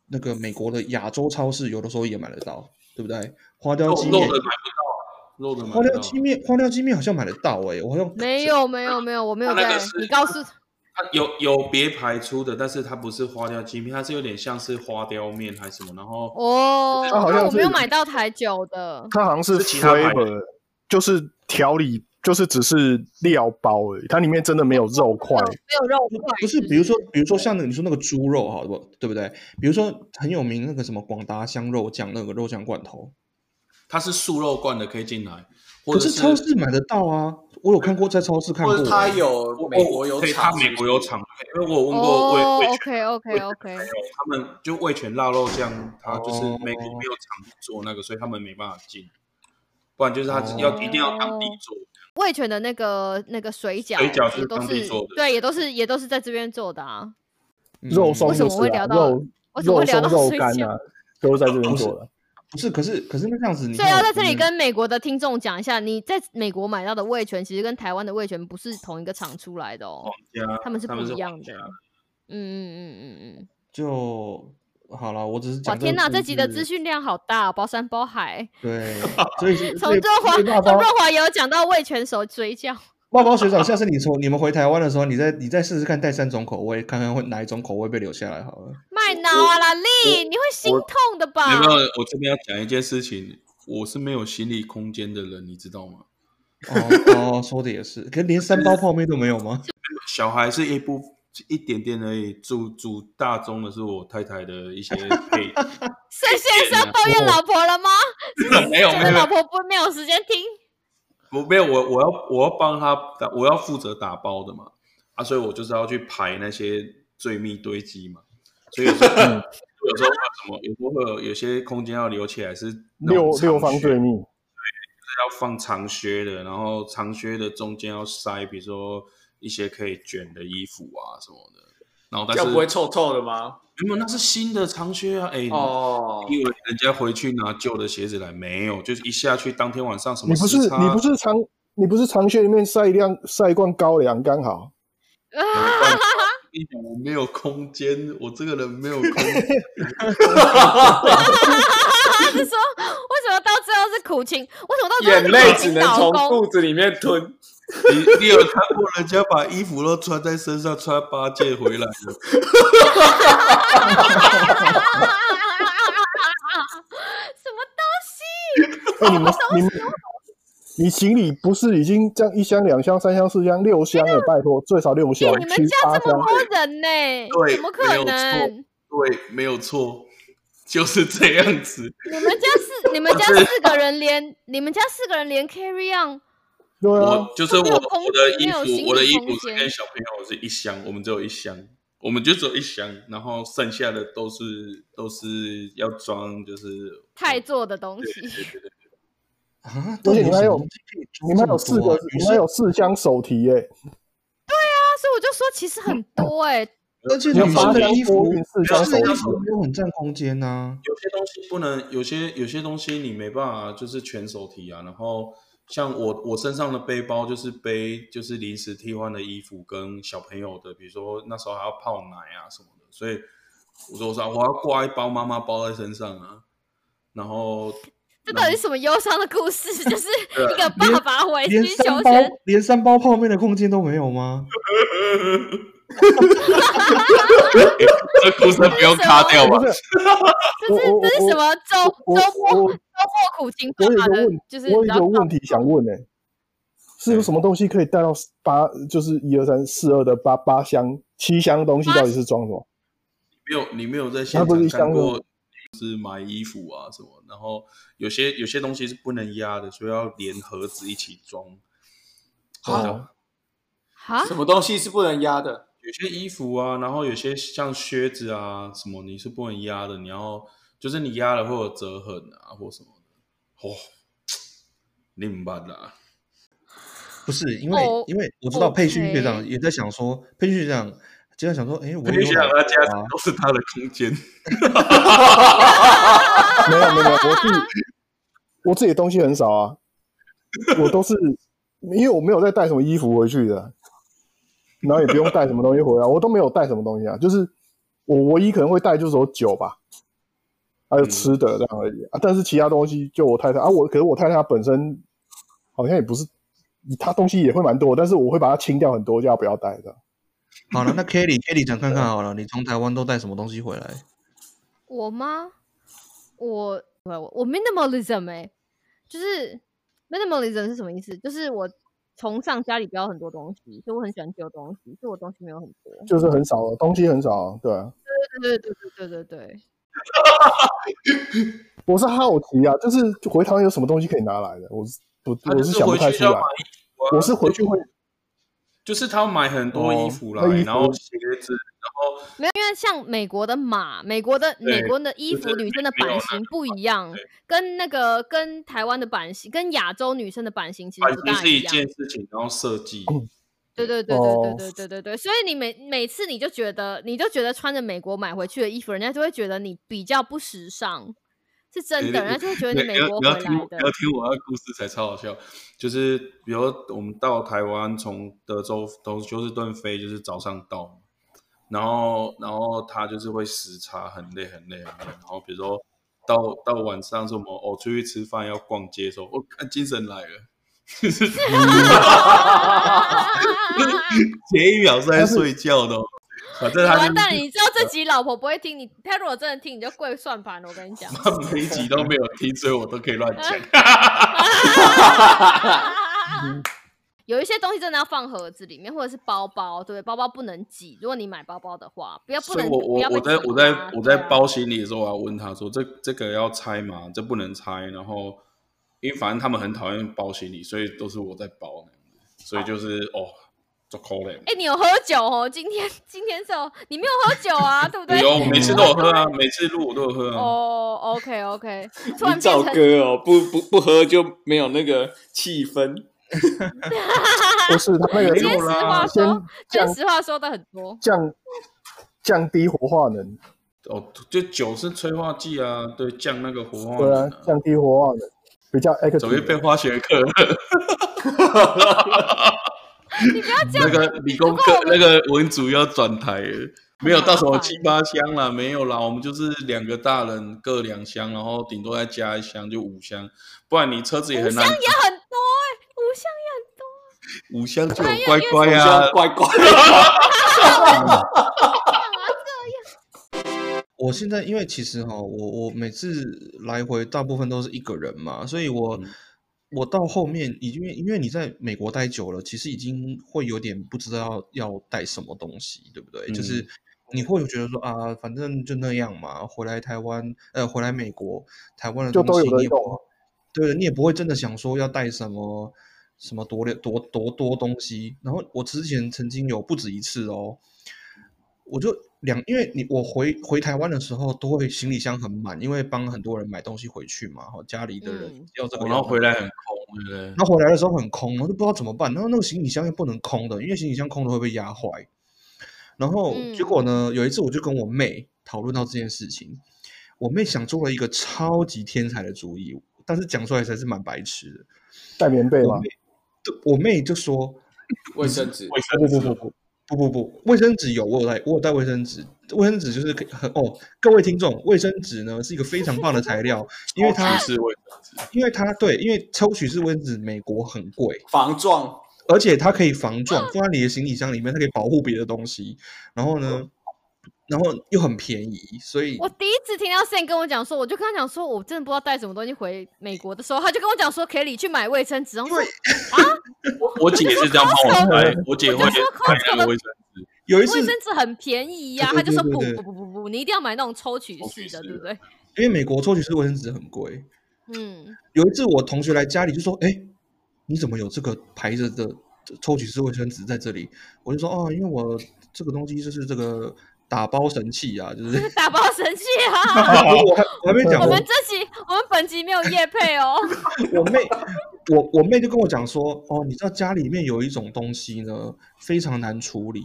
Speaker 3: 那个美国的亚洲超市，有的时候也买得到，对不对？花雕
Speaker 2: 肉
Speaker 3: 鸡
Speaker 2: 肉
Speaker 3: 面
Speaker 2: 的，买不到，啊肉的买
Speaker 3: 花
Speaker 2: 不
Speaker 3: 雕
Speaker 2: 到。啊
Speaker 3: 鸡面，花雕鸡面好像买得到哎、我好像
Speaker 1: 没有没有没有，我没有
Speaker 2: 那个
Speaker 1: 在
Speaker 2: 是。
Speaker 1: 你告诉
Speaker 2: 它有有别牌出的，但是它不是花雕鸡面，它是有点像是花雕面还是什么，然后
Speaker 1: 哦，
Speaker 4: 它好
Speaker 1: 那
Speaker 4: 像
Speaker 1: 我没有
Speaker 4: 是
Speaker 1: 买到台酒的。
Speaker 4: 它好像是
Speaker 2: 是其他牌的
Speaker 4: flavor，就是调理，就是只是料包而已，它里面真的没有肉块。
Speaker 1: 没有肉块，
Speaker 3: 不是，比如说，比如说像那个你说那个猪肉，好不，对不对？比如说很有名那个什么广达香肉酱，那个肉酱罐头，
Speaker 2: 它是素肉罐的，可以进来，或
Speaker 3: 可
Speaker 2: 者
Speaker 3: 是超市买得到啊。我有看过，在超市看
Speaker 5: 或
Speaker 3: 过。欸
Speaker 5: 者他有
Speaker 2: 我
Speaker 5: 美
Speaker 3: 哦
Speaker 5: 国有
Speaker 2: 对
Speaker 5: 厂，
Speaker 2: 它美国有厂，因为我有问过魏
Speaker 1: 哦
Speaker 2: 魏全，
Speaker 1: ，OK OK OK，
Speaker 2: 他们就味全腊肉酱，它就是
Speaker 3: 哦
Speaker 2: 没没有厂做那个，所以他们没办法进，不然就是他
Speaker 3: 哦
Speaker 2: 要一定要当地做。
Speaker 1: 味全的那个那个水饺，
Speaker 2: 水饺
Speaker 1: 也
Speaker 2: 是
Speaker 1: 都
Speaker 2: 当地
Speaker 1: 是
Speaker 2: 做的
Speaker 1: 对，也都是也都是在这边做的啊。
Speaker 3: 嗯
Speaker 4: 肉松
Speaker 1: 为什
Speaker 4: 就
Speaker 1: 么
Speaker 4: 是
Speaker 1: 会
Speaker 4: 啊
Speaker 1: 聊到
Speaker 4: 肉
Speaker 1: 我怎么
Speaker 4: 肉
Speaker 1: 会聊
Speaker 4: 松
Speaker 1: 到
Speaker 4: 肉
Speaker 1: 水
Speaker 4: 干
Speaker 1: 饺？
Speaker 4: 啊，都是在这边做的。
Speaker 3: 不是，可是可是那这样子你
Speaker 1: 所
Speaker 3: 看
Speaker 1: 以
Speaker 3: 我，
Speaker 1: 要在这里
Speaker 3: 嗯
Speaker 1: 跟美国的听众讲一下，你在美国买到的味全，其实跟台湾的味全不是同一个厂出来的哦，
Speaker 2: 家
Speaker 1: 他们是
Speaker 2: 他
Speaker 1: 不
Speaker 2: 们是
Speaker 1: 一样
Speaker 2: 皇
Speaker 1: 的
Speaker 2: 家。
Speaker 1: 嗯嗯嗯嗯嗯，
Speaker 3: 就好了，我只是
Speaker 1: 哇
Speaker 3: 讲。
Speaker 1: 天
Speaker 3: 哪，
Speaker 1: 哪，这集的资
Speaker 3: 讯
Speaker 1: 讯量好大哦，包山包海，
Speaker 3: 对， 所以
Speaker 1: 从润华
Speaker 3: 所以爸
Speaker 1: 从
Speaker 3: 爸
Speaker 1: 润华有讲到味全手水饺，
Speaker 3: 爸爸学长，下次你从你们回台湾的时候，你再你再试试看带三种口味，看看会哪一种口味被留下来好了。
Speaker 1: 卖脑啊啦丽，你会心
Speaker 2: 我
Speaker 1: 痛的吧？
Speaker 2: 有没有？我这边要讲一件事情，我是没有心理空间的人，你知道吗？
Speaker 3: 哦哦，说的也是，可连三包泡面都没有吗？
Speaker 2: 小孩是一部一点点而已，主主大宗的是我太太的一些 配，
Speaker 1: 沈先生抱怨老婆了吗？
Speaker 2: 没有
Speaker 1: 觉
Speaker 2: 没
Speaker 1: 得
Speaker 2: 有没
Speaker 1: 老
Speaker 2: 有，
Speaker 1: 婆不没有时间听，
Speaker 2: 我没有我我要我要帮他打，我要负责打包的嘛，啊，所以我就是要去排那些罪密堆积嘛，所以有 时候有时候会有什么，有时候会有有些空间要留起来是那
Speaker 4: 六
Speaker 2: 种
Speaker 4: 六
Speaker 2: 长
Speaker 4: 方
Speaker 2: 靴
Speaker 4: 对密，
Speaker 2: 要放长靴的，然后长靴的中间要塞，比如说一些可以卷的衣服啊什么的。然后但
Speaker 5: 这样
Speaker 2: 是
Speaker 5: 不会臭臭的吗？
Speaker 2: 没有，那是新的长靴啊！
Speaker 3: 嗯
Speaker 2: 哎，
Speaker 5: 哦，
Speaker 2: 你以为人家回去拿旧的鞋子来？没有，就是一下去当天晚上什
Speaker 4: 你
Speaker 2: 么
Speaker 4: 不
Speaker 2: 时
Speaker 4: 是
Speaker 2: 差
Speaker 4: 你不是长你不是长靴里面晒一辆晒一罐高粱 刚好，
Speaker 2: 怎么办我跟你讲，我没有空间，我这个人没有空间。
Speaker 1: 他是说为什么到最后是苦情？为什么到最后
Speaker 5: 眼
Speaker 1: 是
Speaker 5: 泪
Speaker 1: 苦
Speaker 5: 只
Speaker 1: 情
Speaker 5: 能
Speaker 1: 老
Speaker 5: 从
Speaker 1: 公？
Speaker 5: 肚子里面吞。
Speaker 2: 你你有看过人家把衣服都穿在身上穿八戒回来的？
Speaker 1: 什么东西？
Speaker 4: 哎、你们你们，你行李不是已经这样一箱、两箱、三箱、四箱、六箱了？拜托，最少六箱，
Speaker 1: 哎你
Speaker 4: 七
Speaker 1: 们家
Speaker 4: 八
Speaker 1: 这么
Speaker 4: 箱。
Speaker 1: 多人呢、
Speaker 2: 对
Speaker 1: 怎么可
Speaker 2: 没有
Speaker 1: 能？
Speaker 2: 对，没有错，就是这样子。
Speaker 1: 你们家四，你们家四个人连，你们家四个人连 carry on，
Speaker 4: 对啊
Speaker 2: 我，就是我
Speaker 1: 哦没有空
Speaker 2: 我的
Speaker 1: 没有
Speaker 2: 衣
Speaker 1: 行
Speaker 2: 服，
Speaker 1: 李
Speaker 2: 我的衣
Speaker 1: 空
Speaker 2: 服是
Speaker 1: 间
Speaker 2: 跟小朋友是一箱，我们只有一箱，我们就只有一箱，然后剩下的都是都是要装，就是
Speaker 1: 太做的东西，
Speaker 3: 啊，
Speaker 4: 而且你们还有你们还
Speaker 3: 还
Speaker 4: 有四个，你们还有四箱手提耶、
Speaker 1: 啊，所以我就说其实很多哎、
Speaker 3: 而且
Speaker 4: 你
Speaker 3: 女
Speaker 4: 们
Speaker 3: 生
Speaker 4: 八
Speaker 3: 的
Speaker 4: 箱
Speaker 3: 衣服，
Speaker 4: 托运、四
Speaker 3: 女生
Speaker 4: 箱手
Speaker 3: 的衣
Speaker 4: 提，
Speaker 3: 服没有很占空间呐、
Speaker 2: 有些东西不能，有些有些东西你没办法就是全手提啊。然后像我我身上的背包就是背就是临时替换的衣服跟小朋友的，比如说那时候还要泡奶啊什么的，所以我说我说我要挂一包妈妈包在身上啊，然后
Speaker 1: 这到底是什么忧伤的故事？就是
Speaker 4: 啊
Speaker 1: 一个爸爸委曲
Speaker 3: 连三
Speaker 1: 求
Speaker 3: 包
Speaker 1: 全，
Speaker 3: 连三包泡面的空间都没有吗？
Speaker 2: 这哭声不用卡掉吧
Speaker 4: 不？是？
Speaker 1: 这是
Speaker 4: 我我
Speaker 1: 这是什么周
Speaker 4: 啊我
Speaker 1: 哦周末周
Speaker 4: 我
Speaker 1: 末苦情
Speaker 4: 我
Speaker 1: 爸
Speaker 4: 有一
Speaker 1: 爸
Speaker 4: 个
Speaker 1: 的
Speaker 4: 问，，
Speaker 1: 就是
Speaker 4: 我有
Speaker 1: 你
Speaker 4: 一
Speaker 1: 知道
Speaker 4: 个问题想问呢、是有
Speaker 2: 哎
Speaker 4: 什么东西可以带到八，就是一二三四二的八八箱、七箱东西，到底是装什么？
Speaker 2: 没有，你没有在现
Speaker 4: 那不是
Speaker 2: 场
Speaker 4: 一
Speaker 2: 看
Speaker 4: 箱
Speaker 2: 过，
Speaker 4: 吗
Speaker 2: 就是买衣服啊什么，然后有些有些东西是不能压的，所以要连盒子一起
Speaker 4: 哦
Speaker 2: 装。好的，
Speaker 1: 啊，
Speaker 5: 什么东西是不能压的？
Speaker 2: 有些衣服啊，然后有些像靴子啊什么，你是不能压的，你要就是你压了会有折痕啊或什么的。哦，你明白啦。
Speaker 3: 不是，因为、
Speaker 1: 哦
Speaker 3: 因为我知道佩训学
Speaker 1: OK
Speaker 3: 长也在想说，佩训学长就在想说，哎，我
Speaker 2: 我
Speaker 3: 也
Speaker 2: 就
Speaker 3: 有
Speaker 2: 想
Speaker 3: 老
Speaker 2: 他家
Speaker 3: 婆啊
Speaker 2: 都是他的 空间，
Speaker 4: 没有没有，没有我自己我自己的东西很少啊，我都是因为我没有再带什么衣服回去的，然后也不用带什么东西回来，我都没有带什么东西啊，就是我唯一可能会带就是有酒吧，还有吃的这样而已啊，但是其他东西就我太太啊，我可是我太太她本身好像也不是。她东西也会蛮多，但是我会把它清掉很多，叫她不要带的。
Speaker 3: 好了，那 Kelly Kelly 讲看看好了，你从台湾都带什么东西回来？
Speaker 1: 我吗？我我我 minimalism 欸哎、就是 minimalism 是什么意思？就是我崇尚家里不要很多东西，所以我很喜欢丢东西，所以我东西没有很多。
Speaker 4: 就是很少东西很少，对啊、
Speaker 1: 对对对对对对，
Speaker 4: 我是好奇啊，就是回台湾有什么东西可以拿来的？我是我
Speaker 2: 他
Speaker 4: 我
Speaker 2: 就是是
Speaker 4: 想不
Speaker 2: 回
Speaker 4: 太
Speaker 2: 去
Speaker 4: 出
Speaker 2: 要
Speaker 4: 来
Speaker 2: 买。衣服啊，
Speaker 4: 我是回去会
Speaker 2: 就是他买很多衣服来，
Speaker 4: 哦那衣服
Speaker 2: 然后鞋子，然后
Speaker 1: 没有，因为像美国的码，美国的美
Speaker 2: 对
Speaker 1: 国的衣
Speaker 2: 就
Speaker 1: 服
Speaker 2: 是
Speaker 1: 女生的
Speaker 2: 没有
Speaker 1: 版
Speaker 2: 那
Speaker 1: 型
Speaker 2: 个
Speaker 1: 不一样
Speaker 2: 对，
Speaker 1: 跟那个跟台湾的版型，跟亚洲女生的版型其实
Speaker 2: 版
Speaker 1: 不
Speaker 2: 型
Speaker 1: 大
Speaker 2: 是
Speaker 1: 一
Speaker 2: 一
Speaker 1: 样。
Speaker 2: 件事情，然后设计。
Speaker 1: 对对对
Speaker 4: 哦
Speaker 1: 对对对对对对，所以你每每次你就觉得你就觉得穿着美国买回去的衣服，人家就会觉得你比较不时尚，是真
Speaker 2: 对
Speaker 1: 的，
Speaker 2: 对
Speaker 1: 人家就会觉得
Speaker 2: 你
Speaker 1: 你美
Speaker 2: 要
Speaker 1: 国
Speaker 2: 你
Speaker 1: 回
Speaker 2: 要
Speaker 1: 来
Speaker 2: 听我
Speaker 1: 的
Speaker 2: 你要听我的故事才超好笑，就是比如我们到台湾，从德州从休斯顿飞，就是早上到嘛，然后然后他就是会时差很累很累很累，然后比如说到到晚上什么哦出去吃饭要逛街的时候，我、看精神来了，就是前一秒是在睡觉的、哦，反正他
Speaker 1: 完
Speaker 2: 就
Speaker 1: 蛋了，你知道这集老婆不会听你，她如果真的听，你就跪算盘了。我跟你 讲，
Speaker 2: 他每一集都没有听，所以我都可以乱讲。
Speaker 1: 有一些东西真的要放盒子里面，或者是包包，对不对？包包不能挤，如果你买包包的话，不要不
Speaker 2: 所以
Speaker 1: 能
Speaker 2: 我
Speaker 1: 不
Speaker 2: 我
Speaker 1: 要被
Speaker 2: 我在
Speaker 1: 挤
Speaker 2: 我在
Speaker 1: 啊
Speaker 2: 我
Speaker 1: 对
Speaker 2: 在
Speaker 1: 啊
Speaker 2: 包行李的时候，我还问他说：“这这个要拆吗？这不能拆。”然后因为反正他们很讨厌包行李，所以都是我在包那样子，所以就是哦，做扣脸。
Speaker 1: 哎、你有喝酒哦？今天今天是哦，你没有喝酒啊，对不对？
Speaker 2: 有每次都有喝啊，每次录我都有喝啊。
Speaker 1: 哦、o k OK，突然变
Speaker 5: 你找
Speaker 1: 成
Speaker 5: 歌哦，不不不喝就没有那个气氛。
Speaker 4: 不是他那个
Speaker 2: 没
Speaker 1: 今天
Speaker 2: 有
Speaker 1: 实
Speaker 2: 啦
Speaker 1: 话
Speaker 4: 先
Speaker 1: 说，今天
Speaker 4: 降
Speaker 1: 实话说的很多。
Speaker 4: 降降低活化能，
Speaker 2: 哦，就酒是催化剂啊，对，降那个活化
Speaker 4: 对
Speaker 2: 能
Speaker 4: 啊
Speaker 2: 啊，
Speaker 4: 降低活化能比较 active。
Speaker 2: 走一遍化学课，
Speaker 1: 你不要这
Speaker 2: 那
Speaker 1: 样，
Speaker 2: 个理工科那个文组要转台了，没有到什么七八箱啦，没有啦，我们就是两个大人各两箱，然后顶多再加一箱就五箱，不然你车 子也
Speaker 1: 五
Speaker 2: 很
Speaker 1: 香
Speaker 2: 难，
Speaker 1: 也很多哎、五香也很多。
Speaker 2: 五箱就有乖乖
Speaker 5: 就
Speaker 2: 啊
Speaker 5: 要。乖乖。
Speaker 3: 我现在因为其实哈、我我每次来回大部分都是一个人嘛，所以我、
Speaker 2: 嗯
Speaker 3: 我到后面已经因为你在美国待久了，其实已经会有点不知道要带什么东西，对不对？就是
Speaker 2: 嗯
Speaker 3: 你会觉得说啊，反正就那样嘛，回来台湾呃，回来美国，台湾的
Speaker 4: 就
Speaker 3: 东
Speaker 4: 都
Speaker 3: 西
Speaker 4: 有
Speaker 3: 你
Speaker 4: 得
Speaker 3: 也不
Speaker 4: 用啊
Speaker 3: 对，你也不会真的想说要带什么什么多了多多多东西。然后我之前曾经有不止一次哦，我就两，因为你我回回台湾的时候都会行李箱很满，因为帮很多人买东西回去嘛，哈，家里的人
Speaker 1: 嗯
Speaker 3: 要这个、
Speaker 2: 然后回来很，空，对不对？
Speaker 3: 然后回来的时候很空，然后就不知道怎么办，然后那个行李箱又不能空的，因为行李箱空的会被压坏。然后结果呢，有一次我就跟我妹讨论到这件事情，我妹想出了一个超级天才的主意，但是讲出来才是蛮白痴的。
Speaker 4: 带棉 被
Speaker 3: 我
Speaker 4: 嘛
Speaker 3: 妹，，对我妹就说
Speaker 5: 卫生纸，
Speaker 4: 不不不不
Speaker 3: 不不不，卫生纸有，我有带，我有带卫生纸。卫生纸就是可以很哦，各位听众，卫生纸呢是一个非常棒的材料，因为它，
Speaker 2: 是卫
Speaker 3: 因为它对，因为抽取式卫生纸美国很贵，
Speaker 5: 防撞。
Speaker 3: 而且它可以防撞，放在你的行李箱里面，它可以保护别的东西。然后呢，然后又很便宜，所以
Speaker 1: 我第一次听到 Sam 跟我讲说，我就跟他讲说，我真的不知道带什么东西回美国的时候，他就跟我讲说，Kelly 去买卫生纸，然后说
Speaker 2: 我姐是这样帮我 拍，我姐会买那个卫生纸，
Speaker 3: 有一次
Speaker 1: 卫生纸很便宜呀、
Speaker 3: 对
Speaker 1: 他就说
Speaker 3: 对
Speaker 1: 不
Speaker 3: 对
Speaker 1: 不不不不，你一定要买那种抽取
Speaker 2: 抽
Speaker 1: 式
Speaker 2: 取
Speaker 1: 的，
Speaker 2: 式
Speaker 1: 对不对？
Speaker 3: 因为美国抽取式卫生纸很贵，
Speaker 1: 嗯，
Speaker 3: 有一次我同学来家里就说：“哎，你怎么有这个牌子的抽取式卫生纸在这里？”我就说：“哦，因为我这个东西就是这个打包神器啊， 就是。
Speaker 1: 这打包神器啊！
Speaker 3: 我还我还没 讲
Speaker 1: 我
Speaker 3: 完，
Speaker 1: 们这集我们本集没有夜配哦，
Speaker 3: 我妹，我我妹就跟我讲说，哦，你知道家里面有一种东西呢，非常难处理，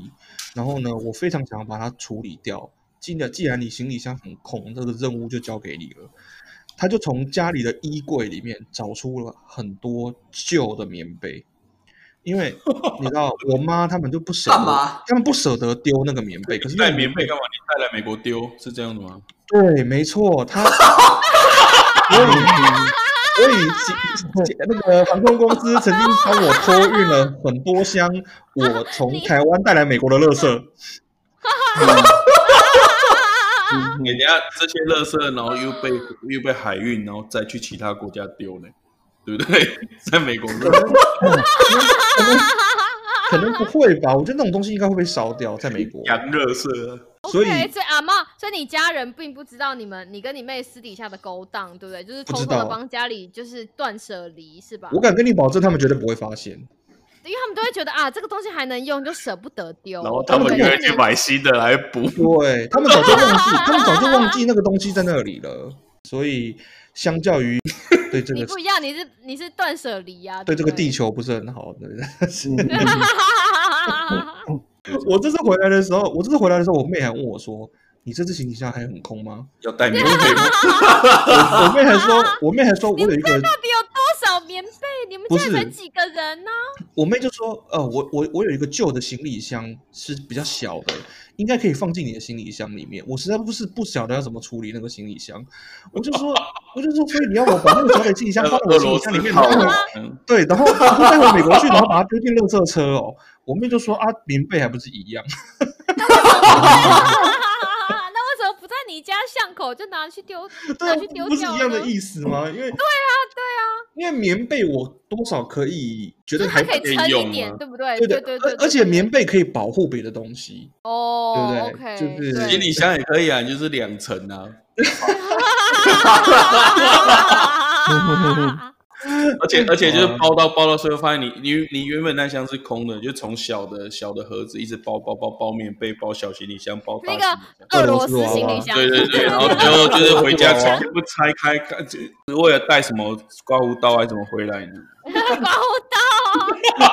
Speaker 3: 然后呢，我非常想要把它处理掉。既然既然你行李箱很空，这个任务就交给你了。她就从家里的衣柜里面找出了很多旧的棉被，因为你知道，我妈他们就不舍
Speaker 5: 干嘛
Speaker 3: 得，他们不舍得丢那个棉被，可是那
Speaker 2: 带
Speaker 3: 个
Speaker 2: 棉被干嘛？你带来美国丢是这样的吗？
Speaker 3: 对，没错， 他我以我以及及那个航空公司曾经帮我托运了很多箱我从台湾带来美国的垃圾，
Speaker 2: 你等下这些垃圾，然后又被又被海运，然后再去其他国家丢呢？对不对？ 在美国没有，
Speaker 3: 可能不会吧？我觉得那种东西应该会被烧掉，在美国。
Speaker 2: 洋啊热色，
Speaker 3: 所以
Speaker 1: OK，所以阿妈，所以你家人并不知道你们你跟你妹私底下的勾当，对不对？就是
Speaker 3: 不
Speaker 1: 偷
Speaker 3: 知
Speaker 1: 偷的
Speaker 3: 道
Speaker 1: 帮家里就是断舍离，是吧？
Speaker 3: 我敢跟你保证，他们绝对不会发现。
Speaker 1: 因为他们都会觉得啊，这个东西还能用，就舍不得丢。
Speaker 2: 然后他们
Speaker 1: 对
Speaker 2: 就
Speaker 1: 不
Speaker 2: 会
Speaker 1: 对
Speaker 2: 去买新的来 补。
Speaker 3: 对他们早就忘记，他们早就忘记那个东西在那里了。所以，相 较于对这
Speaker 1: 你
Speaker 3: 个
Speaker 1: 不一样，你是你是断舍离呀、啊，
Speaker 3: 对这个
Speaker 1: 不
Speaker 3: 地。球不是很好的。
Speaker 1: 嗯
Speaker 3: 我这次回来的时候，我这次回来的时候，我妹还问我说：“你这次行李箱还很空吗
Speaker 2: 要带棉被吗？？”
Speaker 3: 我妹还说，我妹还说我有一个，
Speaker 1: 到底有多少棉被？你们
Speaker 3: 不
Speaker 1: 家里才
Speaker 3: 是
Speaker 1: 几个人呢、
Speaker 3: 我妹就说：“呃，我我我有一个旧的行李箱是比较小的，应该可以放进你的行李箱里面。”我实在不是不晓得要怎么处理那个行李箱，我就说，我就说，所以你要我把那个小的行李箱放到
Speaker 2: 俄
Speaker 3: 我行
Speaker 2: 罗
Speaker 3: 李
Speaker 2: 斯
Speaker 3: 箱里面，
Speaker 2: 炮
Speaker 3: 然 后
Speaker 2: 嗯
Speaker 3: 对，然后然后带回美国去，然后把它丢进垃圾车哦。我妹就说啊，棉被还不是一样？
Speaker 1: 那为什么不在你家巷口就拿去丢？
Speaker 3: 对啊，
Speaker 1: 拿去丢
Speaker 3: 不是
Speaker 1: 掉
Speaker 3: 一样的
Speaker 1: 呢
Speaker 3: 意思吗？因为对啊，对啊，因为棉被我多少可以觉
Speaker 1: 就
Speaker 3: 得
Speaker 1: 是
Speaker 3: 还
Speaker 1: 它可以
Speaker 2: 可以
Speaker 1: 撑
Speaker 2: 用
Speaker 1: 一点，
Speaker 2: 啊
Speaker 1: 对不对？
Speaker 3: 对
Speaker 1: 对
Speaker 3: 的，
Speaker 1: 对对，
Speaker 3: 而而且棉被可以保护别的东西。
Speaker 1: 哦，
Speaker 3: 对不
Speaker 1: OK，
Speaker 3: 对就是
Speaker 1: 对
Speaker 2: 行李箱也可以啊，你就是两层啊，而且而且就是包到包到最后，发现你你你原本那箱是空的，就从小的小的盒子一直包包包包棉被、包小行李箱、包大
Speaker 1: 那
Speaker 2: 行李
Speaker 1: 个
Speaker 2: 箱。
Speaker 1: 俄罗斯行李箱，
Speaker 2: 对对对， 然后 最后就是回家全部拆开，看就为了带什么刮胡刀还是怎么回来呢？
Speaker 1: 刮胡刀。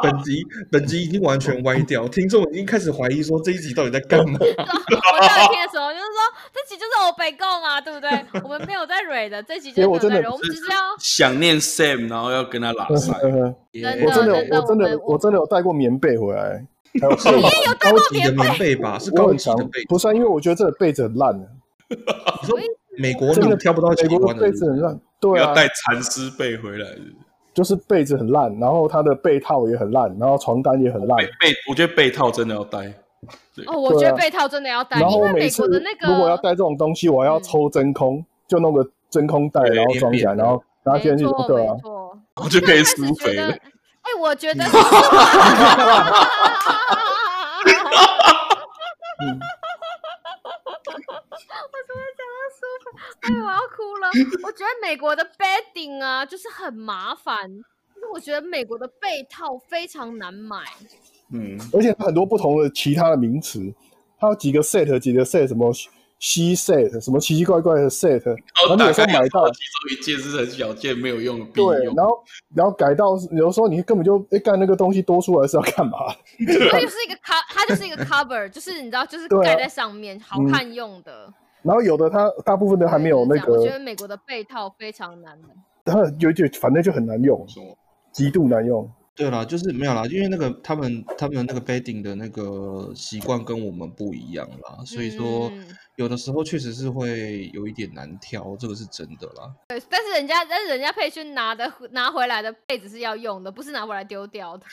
Speaker 3: 本集本集已经完全歪掉，听众已经开始怀疑说这一集到底在干嘛？
Speaker 1: 我到底听的时候，就是说这集就是我北购嘛，对不对？我们没有在蕊的，这集就
Speaker 4: 因为
Speaker 1: 是
Speaker 4: 我
Speaker 1: 没有在
Speaker 4: 真的
Speaker 1: 蕊，我们只是要
Speaker 2: 想念 Sam，然后要跟他拉塞，
Speaker 4: 嗯
Speaker 1: 真
Speaker 4: 我真的
Speaker 1: 真的
Speaker 4: 有，我
Speaker 1: 我
Speaker 4: 真的
Speaker 1: 们，
Speaker 4: 我真的有带过棉被回来，还有
Speaker 3: 是吧
Speaker 1: 带
Speaker 3: 高
Speaker 1: 过
Speaker 3: 级的
Speaker 1: 棉
Speaker 3: 棉被吧？是
Speaker 4: 我
Speaker 3: 高
Speaker 4: 很
Speaker 3: 级
Speaker 4: 常
Speaker 3: 的被，
Speaker 4: 不是、啊，因为我觉得这个被子很烂的，
Speaker 3: 你说美国
Speaker 4: 真
Speaker 3: 你
Speaker 4: 的
Speaker 3: 挑不到喜
Speaker 4: 美国
Speaker 3: 欢
Speaker 4: 的被
Speaker 3: 的，
Speaker 4: 子很烂，对
Speaker 2: 要
Speaker 4: 啊，
Speaker 2: 带蚕丝被回来。
Speaker 4: 就是被子很烂，然后它的被套也很烂，然后床单也很烂
Speaker 2: 被，被，我觉得被套真的要带，
Speaker 1: 哦，我觉
Speaker 4: 对
Speaker 1: 得
Speaker 4: 啊
Speaker 1: 被套真的要带，
Speaker 4: 然
Speaker 1: 因
Speaker 4: 后
Speaker 1: 为
Speaker 4: 每
Speaker 1: 美
Speaker 4: 次
Speaker 1: 国的那个嗯
Speaker 4: 如果要带这种东西，我还要抽真空，就弄个真空袋，
Speaker 2: 对
Speaker 4: 然后装起来，
Speaker 3: 连扁
Speaker 4: 然后拿
Speaker 1: 没
Speaker 4: 进去，
Speaker 1: 错
Speaker 4: 对啊
Speaker 1: 没，错，
Speaker 2: 然后就可以舒
Speaker 1: 觉
Speaker 2: 肥
Speaker 1: 得
Speaker 2: 了。
Speaker 1: 哎，我觉 得。
Speaker 4: 嗯
Speaker 1: 哎，我要哭了！我觉得美国的 bedding 啊，就是很麻烦。就是我觉得美国的被套非常难买，
Speaker 2: 嗯，
Speaker 4: 而且很多不同的其他的名词，它有几个 set，几个 set 什么。西 set 什么奇奇怪怪的 set，然后
Speaker 2: 然
Speaker 4: 你
Speaker 2: 后
Speaker 4: 有
Speaker 2: 打
Speaker 4: 时候
Speaker 2: 开
Speaker 4: 买到，
Speaker 2: 其中一件是很小件没有用的必
Speaker 4: 对，
Speaker 2: 用，
Speaker 4: 然后然后改到有的时候你根本就哎干、那个东西多出来是要干嘛？
Speaker 2: 啊
Speaker 1: 它就是一个 co，它就是一个 cover，就是你知道，就是
Speaker 4: 对啊
Speaker 1: 盖在上面，好
Speaker 4: 嗯
Speaker 1: 看用的。
Speaker 4: 然后有的它大部分都还没有
Speaker 1: 对
Speaker 4: 那
Speaker 1: 就是这样我觉
Speaker 4: 个，
Speaker 1: 得美国的被套非常难买。
Speaker 4: 它有就反正就很难用，极度难用。
Speaker 3: 对啦，就是没有啦，因为那个他们他们那个 bedding 的那个习惯跟我们不一样啦，所以说
Speaker 1: 嗯嗯嗯
Speaker 3: 有的时候确实是会有一点难挑，这个是真的啦。
Speaker 1: 对，但是人家，但是人家佩勋拿的拿回来的被子是要用的，不是拿回来丢掉 的。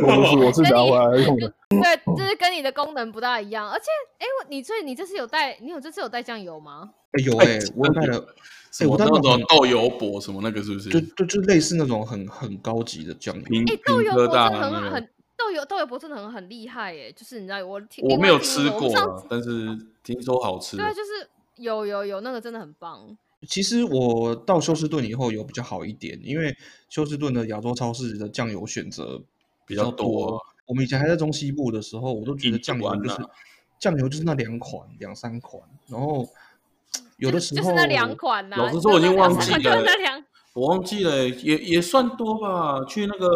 Speaker 4: 我不是我是拿回来用的，
Speaker 1: 对，
Speaker 2: 哦
Speaker 1: 就是跟你的功能不大一样。而且，哎，我你所以你这次有带，你有这次有带酱油吗？
Speaker 3: 哎有
Speaker 2: 哎
Speaker 3: 哎、我
Speaker 2: 真
Speaker 3: 带
Speaker 2: 的
Speaker 3: 了，
Speaker 2: 什么
Speaker 3: 我
Speaker 2: 那
Speaker 3: 当时
Speaker 2: 种
Speaker 3: 很
Speaker 2: 豆油粿什么那个是不是？
Speaker 3: 就就就类似那种很很高级的酱油
Speaker 2: 平，
Speaker 1: 哎，
Speaker 2: 平
Speaker 1: 豆油
Speaker 2: 科
Speaker 1: 博
Speaker 2: 大
Speaker 1: 真的
Speaker 2: 那
Speaker 1: 很
Speaker 2: 个
Speaker 1: 很豆油豆油博真的很很厉害耶，就是你知道我听
Speaker 2: 我
Speaker 1: 另
Speaker 2: 没
Speaker 1: 外
Speaker 2: 有
Speaker 1: 听
Speaker 2: 吃
Speaker 1: 我们
Speaker 2: 过
Speaker 1: 上
Speaker 2: 啊
Speaker 1: 次，
Speaker 2: 但是听说好吃。
Speaker 1: 对，啊就是有有有那个真的很棒。
Speaker 3: 其实我到休斯顿以后有比较好一点，因为休斯顿的亚洲超市的酱油选择
Speaker 2: 比
Speaker 3: 比
Speaker 2: 较
Speaker 3: 较
Speaker 2: 多啊
Speaker 3: 我们以前还在中西部的时候，我都觉得
Speaker 2: 印度
Speaker 3: 酱油
Speaker 2: 安
Speaker 3: 就是
Speaker 2: 娜
Speaker 3: 酱油就是那两款、两三款，然后有的
Speaker 1: 就
Speaker 3: 时
Speaker 1: 就
Speaker 3: 候
Speaker 1: 是那两款呐、
Speaker 2: 老
Speaker 1: 就
Speaker 2: 实
Speaker 1: 是
Speaker 2: 说我已
Speaker 1: 那
Speaker 2: 经
Speaker 1: 两
Speaker 2: 忘
Speaker 1: 款
Speaker 2: 记
Speaker 1: 就是
Speaker 2: 了
Speaker 1: 那两。
Speaker 2: 我忘记了、也也算多吧。去那个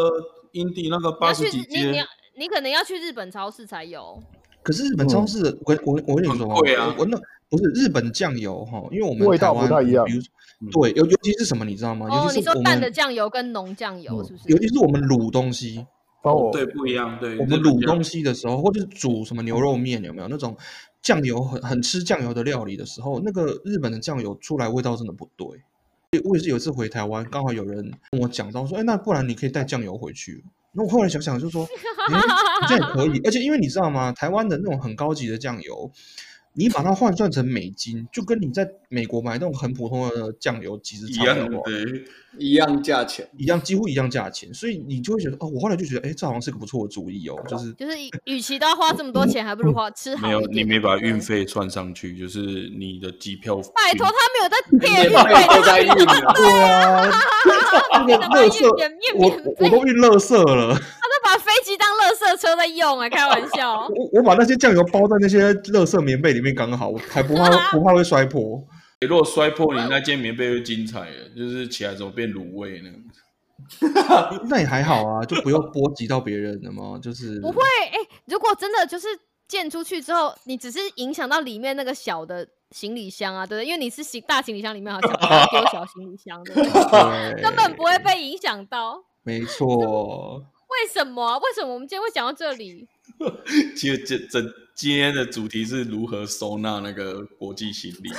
Speaker 2: 印地那个
Speaker 1: 你
Speaker 2: 八
Speaker 1: 要
Speaker 2: 十
Speaker 1: 去日
Speaker 2: 几哦
Speaker 1: 你你
Speaker 2: 街
Speaker 1: 要，你可能要去日本超市才有。
Speaker 3: 可是日本超
Speaker 4: 嗯
Speaker 3: 市的，我跟我跟我跟你
Speaker 2: 很
Speaker 3: 说
Speaker 2: 贵
Speaker 3: 哦
Speaker 2: 啊
Speaker 3: 我我那不是日本酱油哈，因为我们
Speaker 4: 味
Speaker 3: 台
Speaker 4: 道不
Speaker 3: 湾
Speaker 4: 太一样
Speaker 3: 比如说
Speaker 2: 嗯
Speaker 3: 对，尤尤其是什么你知道吗？
Speaker 1: 哦
Speaker 3: 尤，其
Speaker 1: 你
Speaker 3: 是
Speaker 1: 说
Speaker 3: 我
Speaker 1: 淡
Speaker 3: 们
Speaker 1: 的酱油跟浓酱油
Speaker 3: 嗯
Speaker 1: 是不是？
Speaker 3: 尤其是我们卤东西，
Speaker 4: 帮哦我
Speaker 2: 哦对不一样，对
Speaker 3: 我们
Speaker 2: 日本
Speaker 3: 卤
Speaker 2: 酱
Speaker 3: 东西的时候，或者是煮什么牛肉面，有没有那种酱油很很吃酱油的料理的时候，那个日本的酱油出来味道真的不对。我也是有一次回台湾，刚好有人跟我讲到说，哎，那不然你可以带酱油回去。那我后来想想就说，哎，这样也可以。而且因为你知道吗，台湾的那种很高级的酱油，你把它换算成美金，就跟你在美国买那种很普通的酱油其实
Speaker 2: 一
Speaker 3: 差不
Speaker 2: 样的
Speaker 3: 多，
Speaker 2: 对，
Speaker 5: 一样价钱。
Speaker 3: 一样几乎一样价钱，所以你就会觉得哦，我后来就觉得，哎，这好像是个不错的主意哦，就是
Speaker 1: 就是与与其都要花这么多钱，还不如花吃好
Speaker 2: 没有
Speaker 1: 一
Speaker 2: 你
Speaker 1: 点
Speaker 2: 没把
Speaker 1: 对不对
Speaker 2: 运费算上去，就是你的机票。
Speaker 1: 拜托，他没有在变运
Speaker 5: 免费
Speaker 1: 费，
Speaker 5: 都在 运了，
Speaker 4: 对啊，
Speaker 1: 他
Speaker 3: 那
Speaker 1: 没有
Speaker 3: 个
Speaker 1: 把
Speaker 3: 垃
Speaker 1: 运
Speaker 3: 圾，
Speaker 1: 免运
Speaker 3: 我
Speaker 1: 免
Speaker 3: 我
Speaker 1: 费，
Speaker 3: 我都运垃圾了，
Speaker 1: 他都把飞机当垃圾车在用啊，开玩 笑。
Speaker 3: 我我把那些酱油包在那些垃圾棉被里面刚好，我还不怕不怕会摔破。
Speaker 2: 欸如果摔破你那件棉被，就精彩了，就是起来怎么变卤味呢？
Speaker 3: 那也还好啊，就不用波及到别人了嘛，就是
Speaker 1: 不会，哎、如果真的就是建出去之后，你只是影响到里面那个小的行李箱啊，对不对？因为你是行大行李箱里面好像还要丢小行李箱，对不对？
Speaker 3: 对
Speaker 2: 哎
Speaker 1: 根本不会被影响到。
Speaker 3: 没错。
Speaker 1: 为什么啊、为什么我们今天会讲到这里？
Speaker 2: 其实这这今天的主题是如何收纳那个国际行李。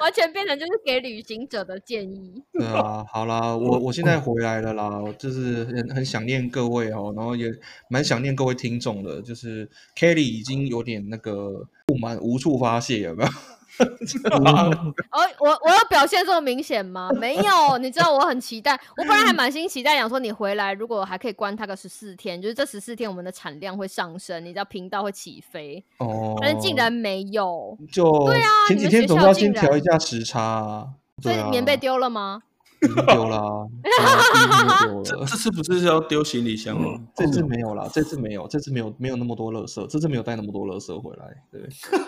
Speaker 1: 完全变成就是给旅行者的建议。
Speaker 3: 对啊，好啦，我我现在回来了啦，就是很很想念各位哦，然后也蛮想念各位听众的，就是 Kelly 已经有点那个不满无处发泄，有没有？
Speaker 4: 嗯
Speaker 1: 哦，我我有表现这么明显吗？没有，你知道我很期待，我本来还满心期待，想说你回来如果还可以关它个十四天，就是这十四天我们的产量会上升，你知道频道会起飞，
Speaker 3: 哦，
Speaker 1: 但是竟然没有，
Speaker 3: 就
Speaker 1: 对啊
Speaker 3: 前
Speaker 1: 你
Speaker 3: 几
Speaker 1: 们
Speaker 3: 天
Speaker 1: 学
Speaker 3: 总
Speaker 1: 校
Speaker 3: 是要
Speaker 1: 竟
Speaker 3: 先
Speaker 1: 然
Speaker 3: 调一下时差啊，
Speaker 1: 所
Speaker 3: 对
Speaker 1: 以
Speaker 3: 啊，
Speaker 1: 棉被丢了吗？
Speaker 3: 已经丢啦， 对啊第一天就丢 了
Speaker 2: 这。次不是要丢行李箱
Speaker 1: 嗯
Speaker 2: 吗？
Speaker 3: 这次没有啦，这次没有，这次没有没有那么多垃圾，这次没有带那么多垃圾回来。对，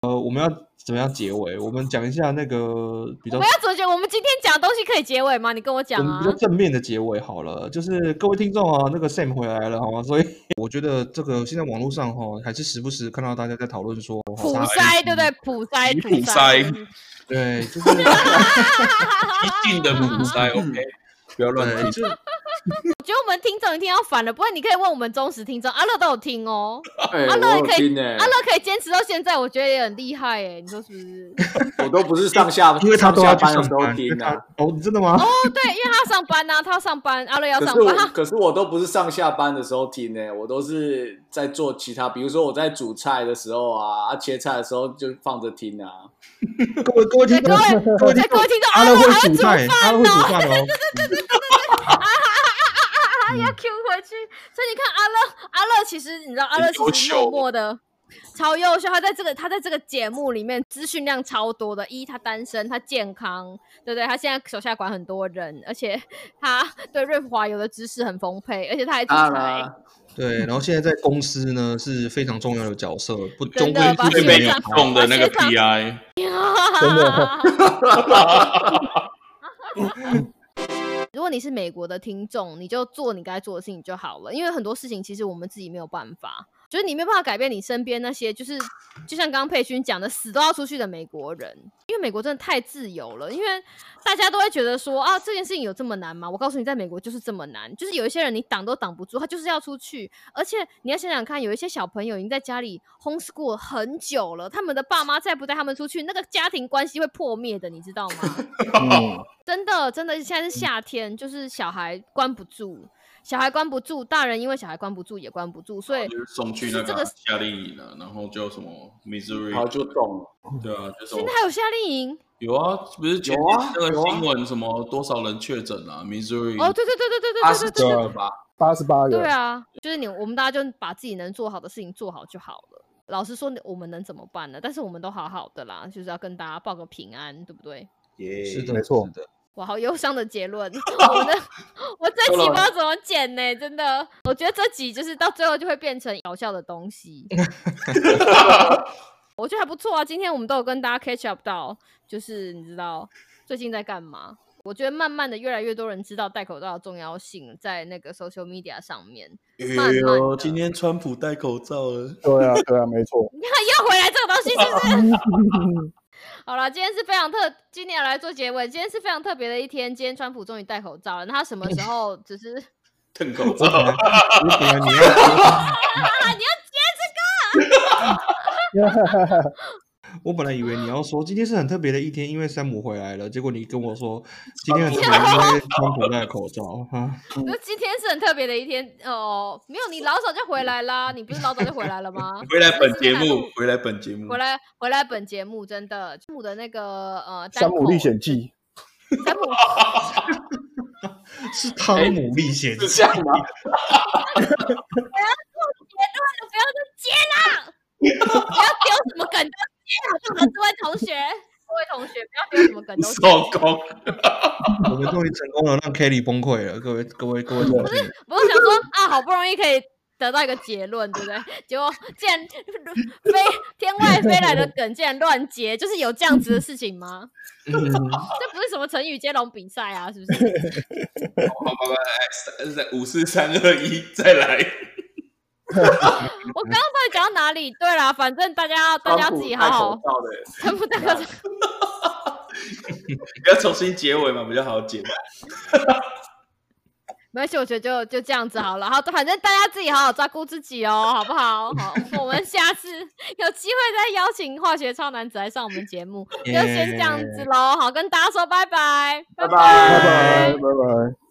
Speaker 3: 呃，我们要怎么样结尾？我们讲一下那个
Speaker 1: 我
Speaker 3: 比较
Speaker 1: 们要怎么结？我们今天讲的东西可以结尾吗？你跟我讲
Speaker 3: 啊我们
Speaker 1: 啊
Speaker 3: 比较。正面的结尾好了，就是各位听众啊，那个 Sam 回来了好吗？所以 我觉得这个现在网络上哈、还是时不时看到大家在讨论说，
Speaker 1: 普
Speaker 3: 啥
Speaker 1: 筛对不对？普筛，
Speaker 2: 普
Speaker 1: 筛
Speaker 2: 筛，
Speaker 3: 对，就是
Speaker 2: 一定 的母塞，OK，不要嗯乱
Speaker 3: 对，
Speaker 2: 听。
Speaker 3: 就
Speaker 1: 我觉得我们听众一定要反了，不然你可以问我们忠实听众，阿乐都有听哦，
Speaker 5: 哎，
Speaker 1: 阿乐
Speaker 5: 我有
Speaker 1: 可以
Speaker 5: 听呢
Speaker 1: 阿，乐可以坚持到现在，我觉得也很厉害哎，你说是不是？
Speaker 5: 我都不是上下，
Speaker 3: 因为他都要
Speaker 5: 啊上
Speaker 3: 去
Speaker 5: 下班的
Speaker 3: 上
Speaker 5: 时候
Speaker 3: 班，因为
Speaker 5: 听
Speaker 3: 他
Speaker 5: 啊。
Speaker 3: 哦，真的吗？
Speaker 1: 哦，对，因为他要上班呐、啊他要上班，阿乐要
Speaker 5: 可
Speaker 1: 上
Speaker 5: 是我
Speaker 1: 班，他，
Speaker 5: 可是我都不是上下班的时候听呢，我都是在做其他，比如说我在煮菜的时候啊，啊切菜的时候就放着听啊。
Speaker 3: 各位各位
Speaker 1: 对
Speaker 3: 听
Speaker 1: 各
Speaker 3: 众，
Speaker 1: 位
Speaker 3: 各位听
Speaker 1: 对各
Speaker 3: 众
Speaker 1: 位，听众，
Speaker 3: 阿
Speaker 1: 阿
Speaker 3: 乐
Speaker 1: 乐
Speaker 3: 会
Speaker 1: 还
Speaker 3: 煮
Speaker 1: 煮
Speaker 3: 菜，阿乐会煮饭 哦。
Speaker 1: 他要 Q 回去，所以你看阿乐，阿乐其实你知道，阿乐
Speaker 2: 很优
Speaker 1: 其实
Speaker 2: 秀
Speaker 1: 默默的。超优秀，他在这个他在这个节目里面资讯量超多的。一，他单身，他健康，对不对？他现在手下管很多人，而且他对瑞华油的知识很丰沛，而且他还煮
Speaker 5: 当
Speaker 1: 菜
Speaker 5: 然，，
Speaker 3: 对，然后现在在公司呢是非常重要的角色，不
Speaker 1: 真
Speaker 3: 中
Speaker 1: 的
Speaker 3: 规
Speaker 1: 把
Speaker 3: 不
Speaker 2: 最
Speaker 3: 矩
Speaker 1: 学
Speaker 3: 没
Speaker 2: 被
Speaker 3: 有
Speaker 1: 长
Speaker 3: 他
Speaker 2: 动的那个 PI，
Speaker 4: 真的
Speaker 1: 如果你是美国的听众，你就做你该做的事情就好了，因为很多事情其实我们自己没有办法，就是你没有办法改变你身边那些，就是就像刚刚佩勋讲的，死都要出去的美国人，因为美国真的太自由了，因为大家都会觉得说啊，这件事情有这么难吗？我告诉你，在美国就是这么难，就是有一些人你挡都挡不住，他就是要出去，而且你要想想看，有一些小朋友已经在家里 homeschool 很久了，他们的爸妈再不带他们出去，那个家庭关系会破灭的，你知道吗？
Speaker 3: 啊
Speaker 4: 嗯，
Speaker 1: 真的，真的，现在是夏天，就是小孩关不住，小孩关不住，大人因为小孩关不住也关不住，所以
Speaker 2: 就是送去那
Speaker 1: 这
Speaker 2: 个
Speaker 1: 个
Speaker 2: 夏令营了，然后叫什么 Missouri，
Speaker 5: 然后就懂了。
Speaker 2: 对啊，就是
Speaker 1: 现在还有夏令营。
Speaker 2: 有啊，不是前
Speaker 5: 有啊
Speaker 2: 天那
Speaker 5: 有
Speaker 2: 个
Speaker 5: 啊
Speaker 2: 新闻什么多少人确诊啊，Missouri，
Speaker 1: 哦，对对对对对对
Speaker 5: 他
Speaker 1: 对
Speaker 5: 啊是
Speaker 1: 对对
Speaker 5: 这
Speaker 1: 对
Speaker 5: 个吧？
Speaker 4: 八十八个，
Speaker 1: 对啊，就是你，我们大家就把自己能做好的事情做好就好了。老实说，我们能怎么办呢？但是我们都好好的啦，就是要跟大家报个平安，对不对？
Speaker 5: 嗯
Speaker 3: 是的，
Speaker 4: 没错
Speaker 3: 是的。
Speaker 1: 哇，好忧伤的结论。我的，我这集不知道怎么剪呢、真的，我觉得这集就是到最后就会变成搞笑的东西。我觉得还不错啊，今天我们都有跟大家 catch up 到，就是你知道最近在干嘛。我觉得慢慢的，越来越多人知道戴口罩的重要性，在那个 social media 上面。慢
Speaker 2: 哎
Speaker 1: 慢
Speaker 2: 呦，
Speaker 1: 的
Speaker 2: 今天川普戴口罩了，
Speaker 4: 对啊，对啊，没错。
Speaker 1: 你看，又回来这个东西是不是？ 好了，今天是非常特，今年来做结尾，今天是非常特别的一天。今天川普终于戴口罩了，那他什么时候只是？
Speaker 2: 戴口罩
Speaker 3: 我。本来我本来 你要
Speaker 1: 啊，你要
Speaker 4: 哈哈哈哈
Speaker 3: 我本来以为你要说今天是很特别的一天，因为山姆回来了。结果你跟 我说今天很特别，因为川普戴口罩啊。
Speaker 1: 那今天是很特别的一天哦，没有你老早就回来啦，你不是老早就回来了吗？
Speaker 2: 回来本
Speaker 1: 你是
Speaker 2: 节
Speaker 1: 来
Speaker 2: 目
Speaker 1: 录，
Speaker 2: 回来本节目，
Speaker 1: 回来回来本节目真的，山姆的那个呃，
Speaker 4: 山姆
Speaker 1: 单口
Speaker 4: 历，险记》
Speaker 1: 山姆
Speaker 3: 是汤
Speaker 5: 哎
Speaker 3: 姆历险记
Speaker 5: 是这样吗？
Speaker 1: 不要再接啦！ 不要丢什么梗都接啊啦，不能这位同学，各位同学不要丢什么梗都接。
Speaker 2: 收工。
Speaker 3: 我们终于成功了，让 Kelly 崩溃了。各位各位各位同学，
Speaker 1: 我想说啊，好不容易可以得到一个结论，对不 对？结果竟然飞天外飞来的梗竟然乱接，就是有这样子的事情吗？
Speaker 3: 嗯
Speaker 1: 这不是什么成语接龙比赛啊，是不是？
Speaker 2: 好，拜拜，三呃五四三二一，再来。
Speaker 1: 我刚刚到底讲到哪里？对啦，反正大家大家
Speaker 5: 川普
Speaker 1: 自己
Speaker 5: 戴
Speaker 1: 好啊
Speaker 5: 口
Speaker 1: 好，
Speaker 5: 罩的，
Speaker 1: 全 部大家
Speaker 2: 不要重新结尾嘛，比较好解。
Speaker 1: 没关系，我觉得就就这样子好了。好，反正大家自己好好照顾自己哦，好不好？好，我们下 次有机会再邀请化学超男子来上我们节目，就先这样子喽。好，跟大家说拜拜，
Speaker 5: 拜拜
Speaker 4: 拜拜拜拜。